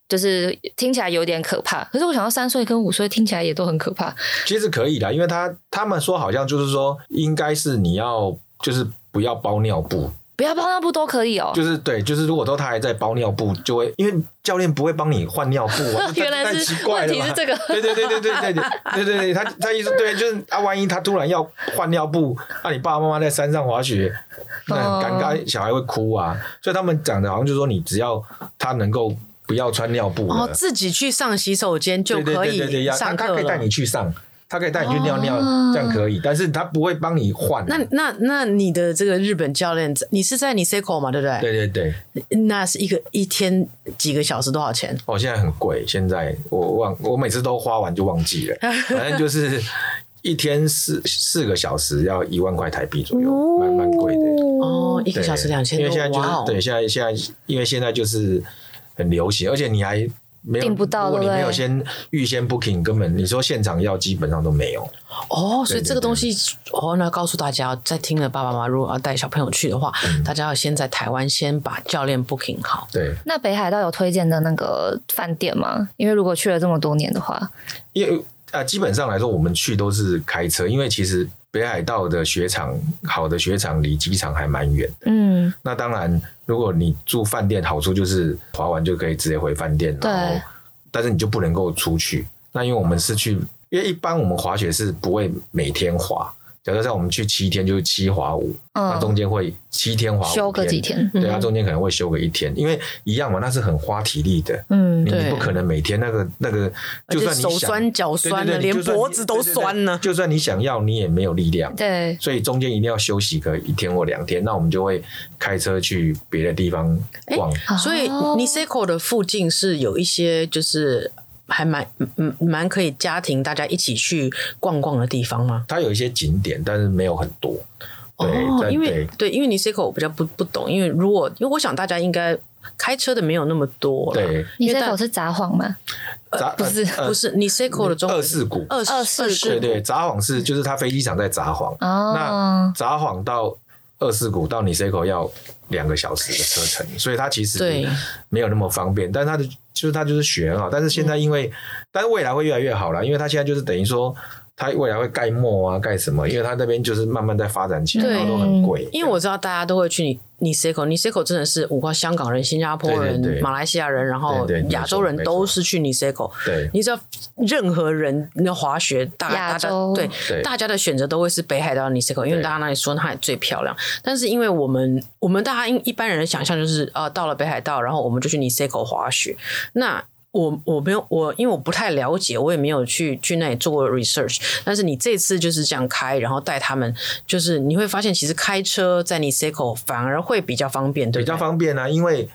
就是听起来有点可怕。可是我想到三岁跟五岁听起来也都很可怕，
其实可以啦，因为他他们说好像就是说，应该是你要就是不要包尿布，
不要包尿布都可以哦、，
就是对，就是如果都他还在包尿布，就会因为教练不会帮你换尿布啊
原来
太
是
奇怪了嘛
问题是这个
对对对对对对对对对对，他他意思对，就是啊，万一他突然要换尿布，那、你爸爸妈妈在山上滑雪，那很尴尬，小孩会哭啊，所以他们讲的好像就是说，你只要他能够不要穿尿布
哦
了，，
自己去上洗手间就
对对
可
对对对，
以
要
上
他他
课
可以带
了
你。去上，他可以带你去尿尿，
哦
这样可以，但是他不会帮你换啊。
那那那你的这个日本教练，你是在你 s e c o 嘛，对不对？
对对对，
那是一个一天几个小时多少钱？
哦，现在很贵，现在我忘，我每次都花完就忘记了，反正就是一天四四个小时要一万块台币左右， 蛮蛮贵的。
哦，一
一
个小时两千
因为现
多，
在就
哇
是
哦！
对，现在现在因为现在就是很流行，而且你还。没有
订不到
如果你
对不对
没有先预先 booking，根本你说现场要基本上都没有。
哦，所以
对对
这个东西，哦，那告诉大家，在听的爸爸妈妈如果要带小朋友去的话，大家要先在台湾先把教练 booking 好。
对，
那北海道有推荐的那个饭店吗？因为如果去了这么多年的话，
因为啊、基本上来说，我们去都是开车，因为其实北海道的雪场，好的雪场离机场还蛮远。
嗯，
那当然，如果你住饭店，好处就是滑完就可以直接回饭店，
对
然后但是你就不能够出去。那因为我们是去，因为一般我们滑雪是不会每天滑，假设像我们去七天就是七滑五，
嗯
那中间会七天滑五
休个几天
对，
嗯
它中间可能会休个一天，因为一样嘛，那是很花体力的。
嗯
你
对
你不可能每天那个那个，
而且
就算你想
手酸脚酸的
对对对
连
就算你
脖子都酸了
对对对就算你想要，你也没有力量。
对，
所以中间一定要休息个一天或两天，那我们就会开车去别的地方逛。
所以
哦
Niseko 的附近是有一些就是还蛮嗯蛮可以家庭大家一起去逛逛的地方吗？
它有一些景点，但是没有很多。对，
哦，
但
因为对，
对
因为 Niseko 我比较不不懂，因为如果因为我想大家应该开车的没有那么多啦，
对，
你
因为
这
大
口是札幌吗？
札
不是
呃
不是 Niseko 的中文
二世谷，
二
二世
世
对
谷
对，札幌是就是它飞机场在札幌，
哦
那，札幌到二世谷到你 C 口要两个小时的车程，所以它其实
对
没有那么方便，但它的就是它就是雪很好，但是现在因为，但是未来会越来越好啦，因为它现在就是等于说。它未来会盖墨啊，盖什么？因为它那边就是慢慢在发展起来，
对
然后都很贵。
因为我知道大家都会去你你 s e c o 你 s e c o 真的是我括香港人、新加坡人、
对对对
马来西亚人，然后
对对没错
亚洲人都是去你 s e c o
对
你知道任何人那滑雪，大
亚
大家
洲
对
对
大家的选择都会是北海道 Niseko，因为
对
大家那里说那里最漂亮。但是因为我们我们大家一一般人的想象就是呃到了北海道，然后我们就去 Niseko 滑雪。那我我没有我，因为我不太了解，我也没有去去那里做过 research。但是你这次就是这样开，然后带他们，就是你会发现，其实开车在 Niseko 反而会比较方便，对
比
不对
较方便啊，因为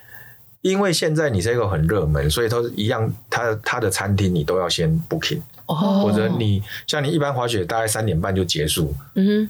因为现在你 C 口很热门，所以都一样，它它的餐厅你都要先 booking，、
哦，
或者你像你一般滑雪大概三点半就结束，
嗯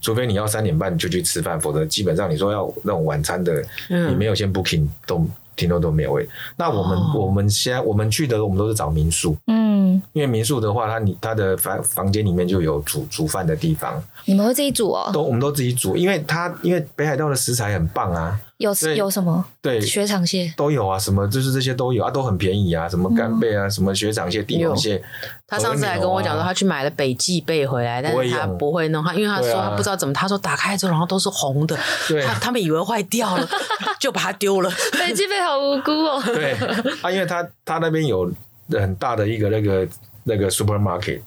除非你要三点半就去吃饭，否则基本上你说要那种晚餐的，
嗯
你没有先 booking 都听说都没有位。那我们、
哦
我们现在我们去的我们都是找民宿，
嗯，
因为民宿的话，它你它的房房间里面就有煮煮饭的地方，
你们会自己煮哦？
都我们都自己煮，因为它因为北海道的食材很棒啊，
有
对
有什么
对。
雪场蟹？
都有啊，什么就是这些都有啊，都很便宜啊，什么干贝啊，什么雪长蟹、帝王蟹，
嗯
啊
他上次还跟我讲说，他去买了北极贝回来，但
哦不
是
会
他
用
不会弄，他因为他说
对啊
他不知道怎么，他说打开之后，然后都是红的，
对
他他们以为坏掉 了，就把它丢了。
北极贝好无辜哦。
对，啊，因为他他那边有很大的一个那个那个 supermarket，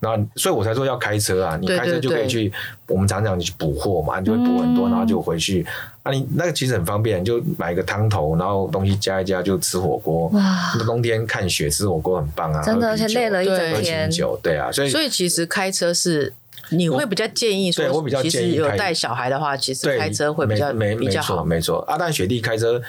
然后所以我才说要开车啊，你
对
开车
对
就可
对
以
嗯
去，我们常常去补货嘛，你就会补很多，然后就回去啊，你那个其实很方便，你就买个汤头，然后东西加一加就吃火锅，
哇
那冬天看雪吃火锅很棒啊，
真的，
喝
而
啤
且累
酒
了一
对
整
喝
天
清。酒，对啊，所以
所以其实开车是你会比较建议说，
对我比较
其实
建议
有
开
带小孩的话，其实
对
开车会比较
没没
比
没
较
错
好。
没错。阿蛋雪地开车，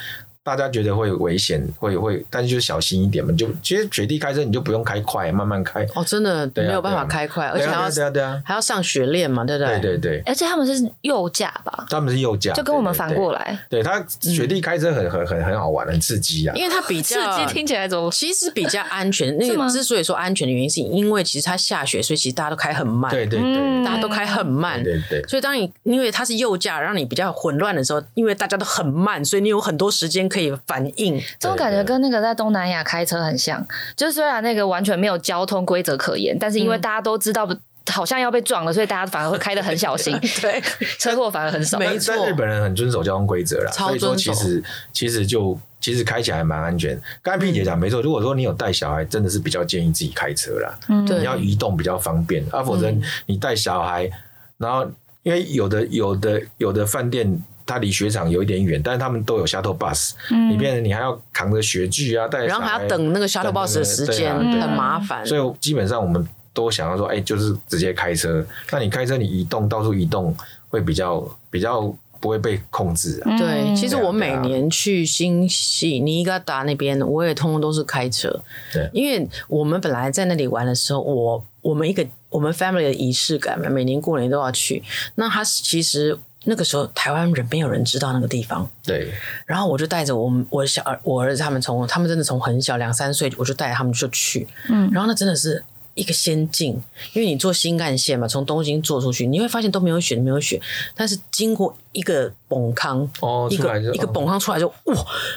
大家觉得会危险，会会，但是就小心一点嘛。就其实雪地开车你就不用开快，慢慢开。
哦，真的
啊
没有办法
对啊
开快，而
对
且
啊
还要
对啊对啊
还要上雪链嘛，对不
对啊
对？
对对对，
而且他们是右驾吧？
他们是右
啊
驾，
就跟我们反过
来。
来，
对他雪地开车很很很很好玩，很刺激啊。
因为它比
刺
较
激听起来怎么？
其实比较安全。那
是吗
个之所以说安全的原因，是因为其实它下雪，所以其实大家都开很慢，
对对
嗯
对
大家都开很慢。
对对
所以当你因为它是右驾，让你比较混乱的时候，因为大家都很慢，所以你有很多时间可可以反应。
这种感觉跟那个在东南亚开车很像，就是虽然那个完全没有交通规则可言，但是因为大家都知道不好像要被撞了，所以大家反而会开得很小心，
对，
车祸反而很少。
没
但
错
但日本人很遵守交通规则啦，
超
所以说
遵守
其实其实就其实开起来还蛮安全。刚才 P 姐讲
嗯
没错，如果说你有带小孩，真的是比较建议自己开车啦，
对嗯
你要移动比较方便啊，否则你带小孩，然后因为有的有的有的饭店。它离雪场有一点远，但是他们都有 shuttle bus，、你变成你还要扛着雪具啊，带，
嗯然后还要等那个 shuttle bus 的时间，
对啊对啊
很麻烦。
所以基本上我们都想要说，哎、就是直接开车。那你开车，你移动到处移动会比较比较不会被控制啊。
对，其实
对啊
我
对
每
啊
年去新西尼加达那边，我也通通都是开车。
对
因为我们本来在那里玩的时候，我我们一个我们 family 的仪式感嘛，每年过年都要去。那他其实那个时候台湾人没有人知道那个地方，
对，
然后我就带着我们我的小儿我儿子他们从他们真的从很小两三岁我就带他们就去，嗯，然后那真的是。一个仙境，因为你坐新干线嘛，从东京坐出去，你会发现都没有雪，没有雪。但是经过一个崩康，
哦
一
出来就
个一个崩康出来就哇，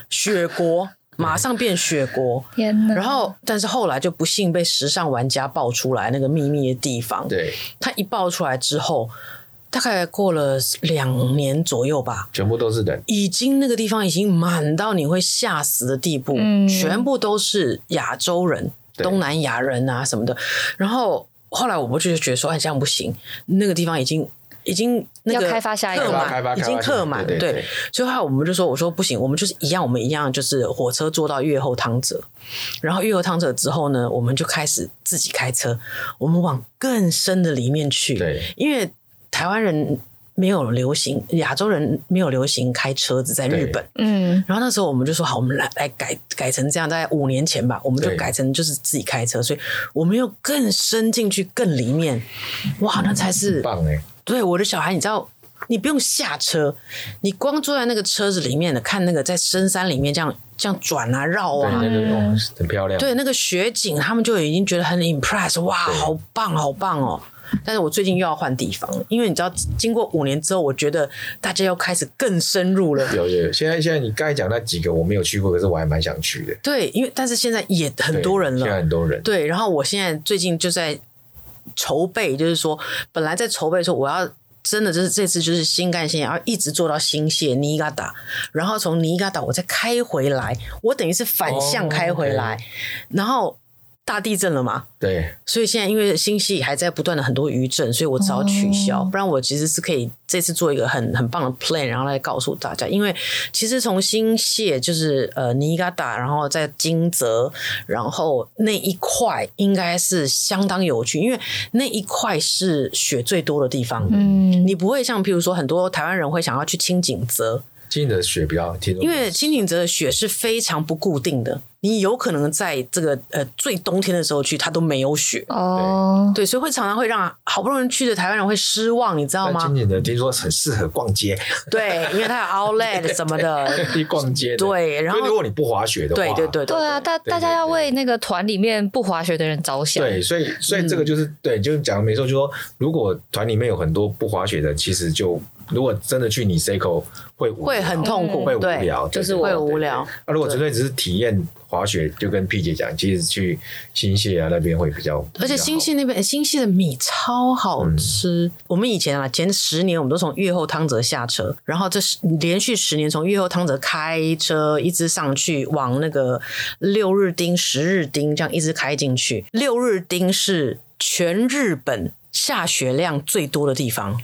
雪 国马上变雪国，
嗯天哪！
然后，但是后来就不幸被时尚玩家爆出来那个秘密的地方。，
对，
他一爆出来之后，大概过了两年左右吧，
全部都是人。
已经那个地方已经满到你会吓死的地步，
嗯
全部都是亚洲人、
对
东南亚人啊什么的。然后后来我不就觉得说，哎，这样不行，那个地方已经。已经那个
要开发下一个
客满
开发开发
已经客满，
对对对
所以后来我们就说，我说不行，我们就是一样，我们一样就是火车坐到越后汤泽，然后越后汤泽之后呢，我们就开始自己开车，我们往更深的里面去。
对，
因为台湾人没有流行，亚洲人没有流行开车子在日本。
嗯，
然后那时候我们就说好，我们来来改改成这样，大概五年前吧，我们就
对
改成就是自己开车，所以我们又更深进去，更里面，哇，那才是
棒哎、
对我的小孩，你知道。你不用下车，你光坐在那个车子里面的，看那个在深山里面这样这样转啊绕
对，
啊，
那个哦很漂亮。
对，那个雪景，他们就已经觉得很 impress，哇，
对
好棒，好棒哦。但是我最近又要换地方了，因为你知道，经过五年之后，我觉得大家又开始更深入了。
有有有，现在现在你刚才讲那几个我没有去过，可是我还蛮想去的。
对，因为但是现在也很
对
多人
现在
了。
很多人。
对，然后我现在最近就在筹备，就是说，本来在筹备说我要。真的就是这次就是新干线，然后一直坐到新泻尼加达，然后从尼加达我再开回来，我等于是反向
哦
开回
OK
来，然后大地震了嘛，
对
所以现在因为新戏还在不断的很多余震，所以我只好取消，不然我其实是可以这次做一个很很棒的 plan，然后来告诉大家。因为其实从新泻就是呃尼加达，然后在金泽，然后那一块应该是相当有趣，因为那一块是雪最多的地方。
嗯
你不会像，譬如说，很多台湾人会想要去清景泽，
今年的雪比较听说，
因为清景泽的雪是非常不固定的，你有可能在这个呃最冬天的时候去，它都没有雪。
哦，
对，所以会常常会让好不容易去的台湾人会失望，你知道
但今
吗？
年的听说很适合逛街，
对，因为它有 outlet 什么的，
去逛街的。
对然后
因为如果你不滑雪的话，
对对对
对
对
啊，大
对
大家要
对
为那个团里面不滑雪的人着想。
对，所以所
嗯
以这个就是、对，就是讲的没错，就说如果团里面有很多不滑雪的，其实就如果真的去你 Seiko 会无聊
会很痛苦，
会无
对
聊，对
就是
对
我
会
对
无聊。
那、如果纯粹只是体验滑雪，就跟 P 姐讲，其实去新泻啊那边会比较，
而且
比较好
新西那边哎新西的米超好吃。我们以前啊，前十年我们都从越后汤泽下车，然后这十连续十年从越后汤泽开车一直上去，往那个六日町、十日町这样一直开进去。六日町是全日本下雪量最多的地方。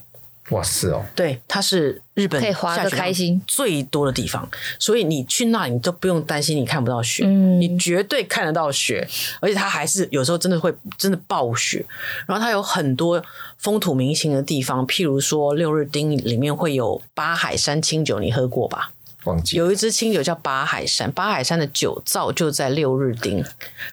哇是哦，
对，它是日本
可以滑得
下雪量
开心
最多的地方，所以你去那里你都不用担心你看不到雪，
嗯
你绝对看得到雪，而且它还是有时候真的会真的暴雪。然后它有很多风土民情的地方，譬如说六日町里面会有八海山清酒，你喝过吧？
忘记
有一支清酒叫八海山，八海山的酒造就在六日町，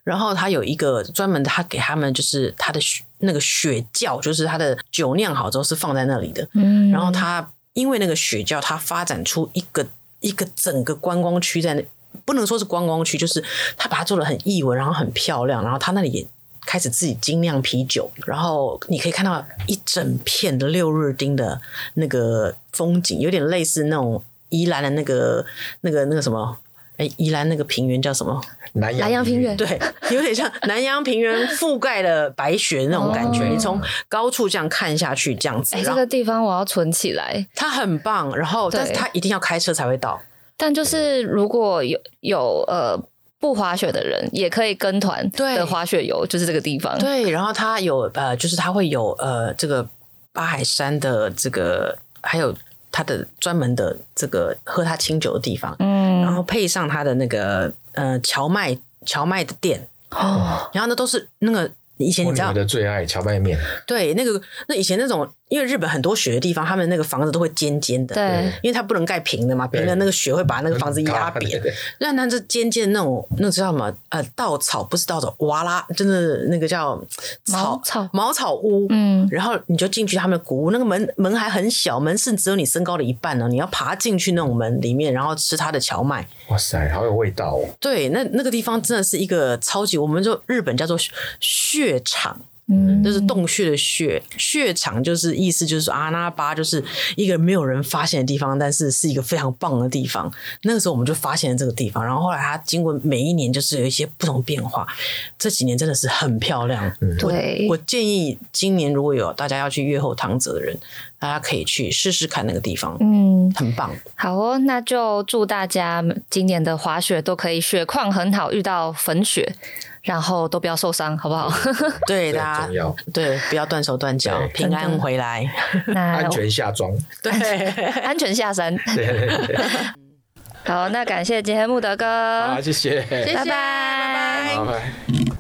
然后它有一个专门的，他给他们就是他的雪那个雪窖，就是它的酒酿好之后是放在那里的，
嗯
然后它因为那个雪窖，它发展出一个一个整个观光区在那，不能说是观光区，就是它把它做的很异文，然后很漂亮，然后它那里也。开始自己精酿啤酒，然后你可以看到一整片的六日町的那个风景，有点类似那种宜兰的那个、那个、那个什么哎，宜兰那个平原叫什么？
南
南洋平原
对，有点像南洋平原覆盖了白雪那种感觉。
哦
你从高处这样看下去，这样子，
哎、
然
这
后
个地方我要存起来。
它很棒。然后，
对
但是它一定要开车才会到。
但就是如果有有呃不滑雪的人，也可以跟团
对
的滑雪游，就是这个地方。
对，然后它有呃，就是它会有呃，这个八海山的这个，还有它的专门的这个喝它清酒的地方，然
嗯，
后配上它的那个呃荞麦荞麦的店，
哦，
然后呢都是那个以前你
我
知
女
道
儿的最爱荞麦面，
对那个那以前那种，因为日本很多雪的地方，他们那个房子都会尖尖的，
对，
因为它不能盖平的嘛，平的
对
那个雪会把那个房子压
很
扁
高，对
那那这尖尖的那种，那知道吗？呃，稻草不是稻草，瓦拉，真的那个叫
茅
草
草
茅草屋。
嗯，
然后你就进去他们的古屋，那个门门还很小，门是只有你身高的一半哦呢、你要爬进去那种门里面，然后吃它的荞麦。
哇塞，好有味道哦！
对，那那个地方真的是一个超级，我们就日本叫做血场，
嗯
就是洞穴的穴，穴场就是意思就是阿那巴就是一个没有人发现的地方，但是是一个非常棒的地方。那个时候我们就发现了这个地方，然后后来它经过每一年就是有一些不同变化，这几年真的是很漂亮。
对
我，我建议今年如果有大家要去月后堂泽的人，大家可以去试试看那个地方，
嗯，
很棒。
好哦，那就祝大家今年的滑雪都可以雪况很好，遇到粉雪，然后都不要受伤，好不好？
对，
这
大
很重
家
要，
对不要断手断脚
对，
平
真的
安回来。
那
安全下装。
对。
安全下山。
对对 对，
好，那感谢今天穆德哥，
好，谢谢，
啊谢谢
拜拜
拜拜
好拜。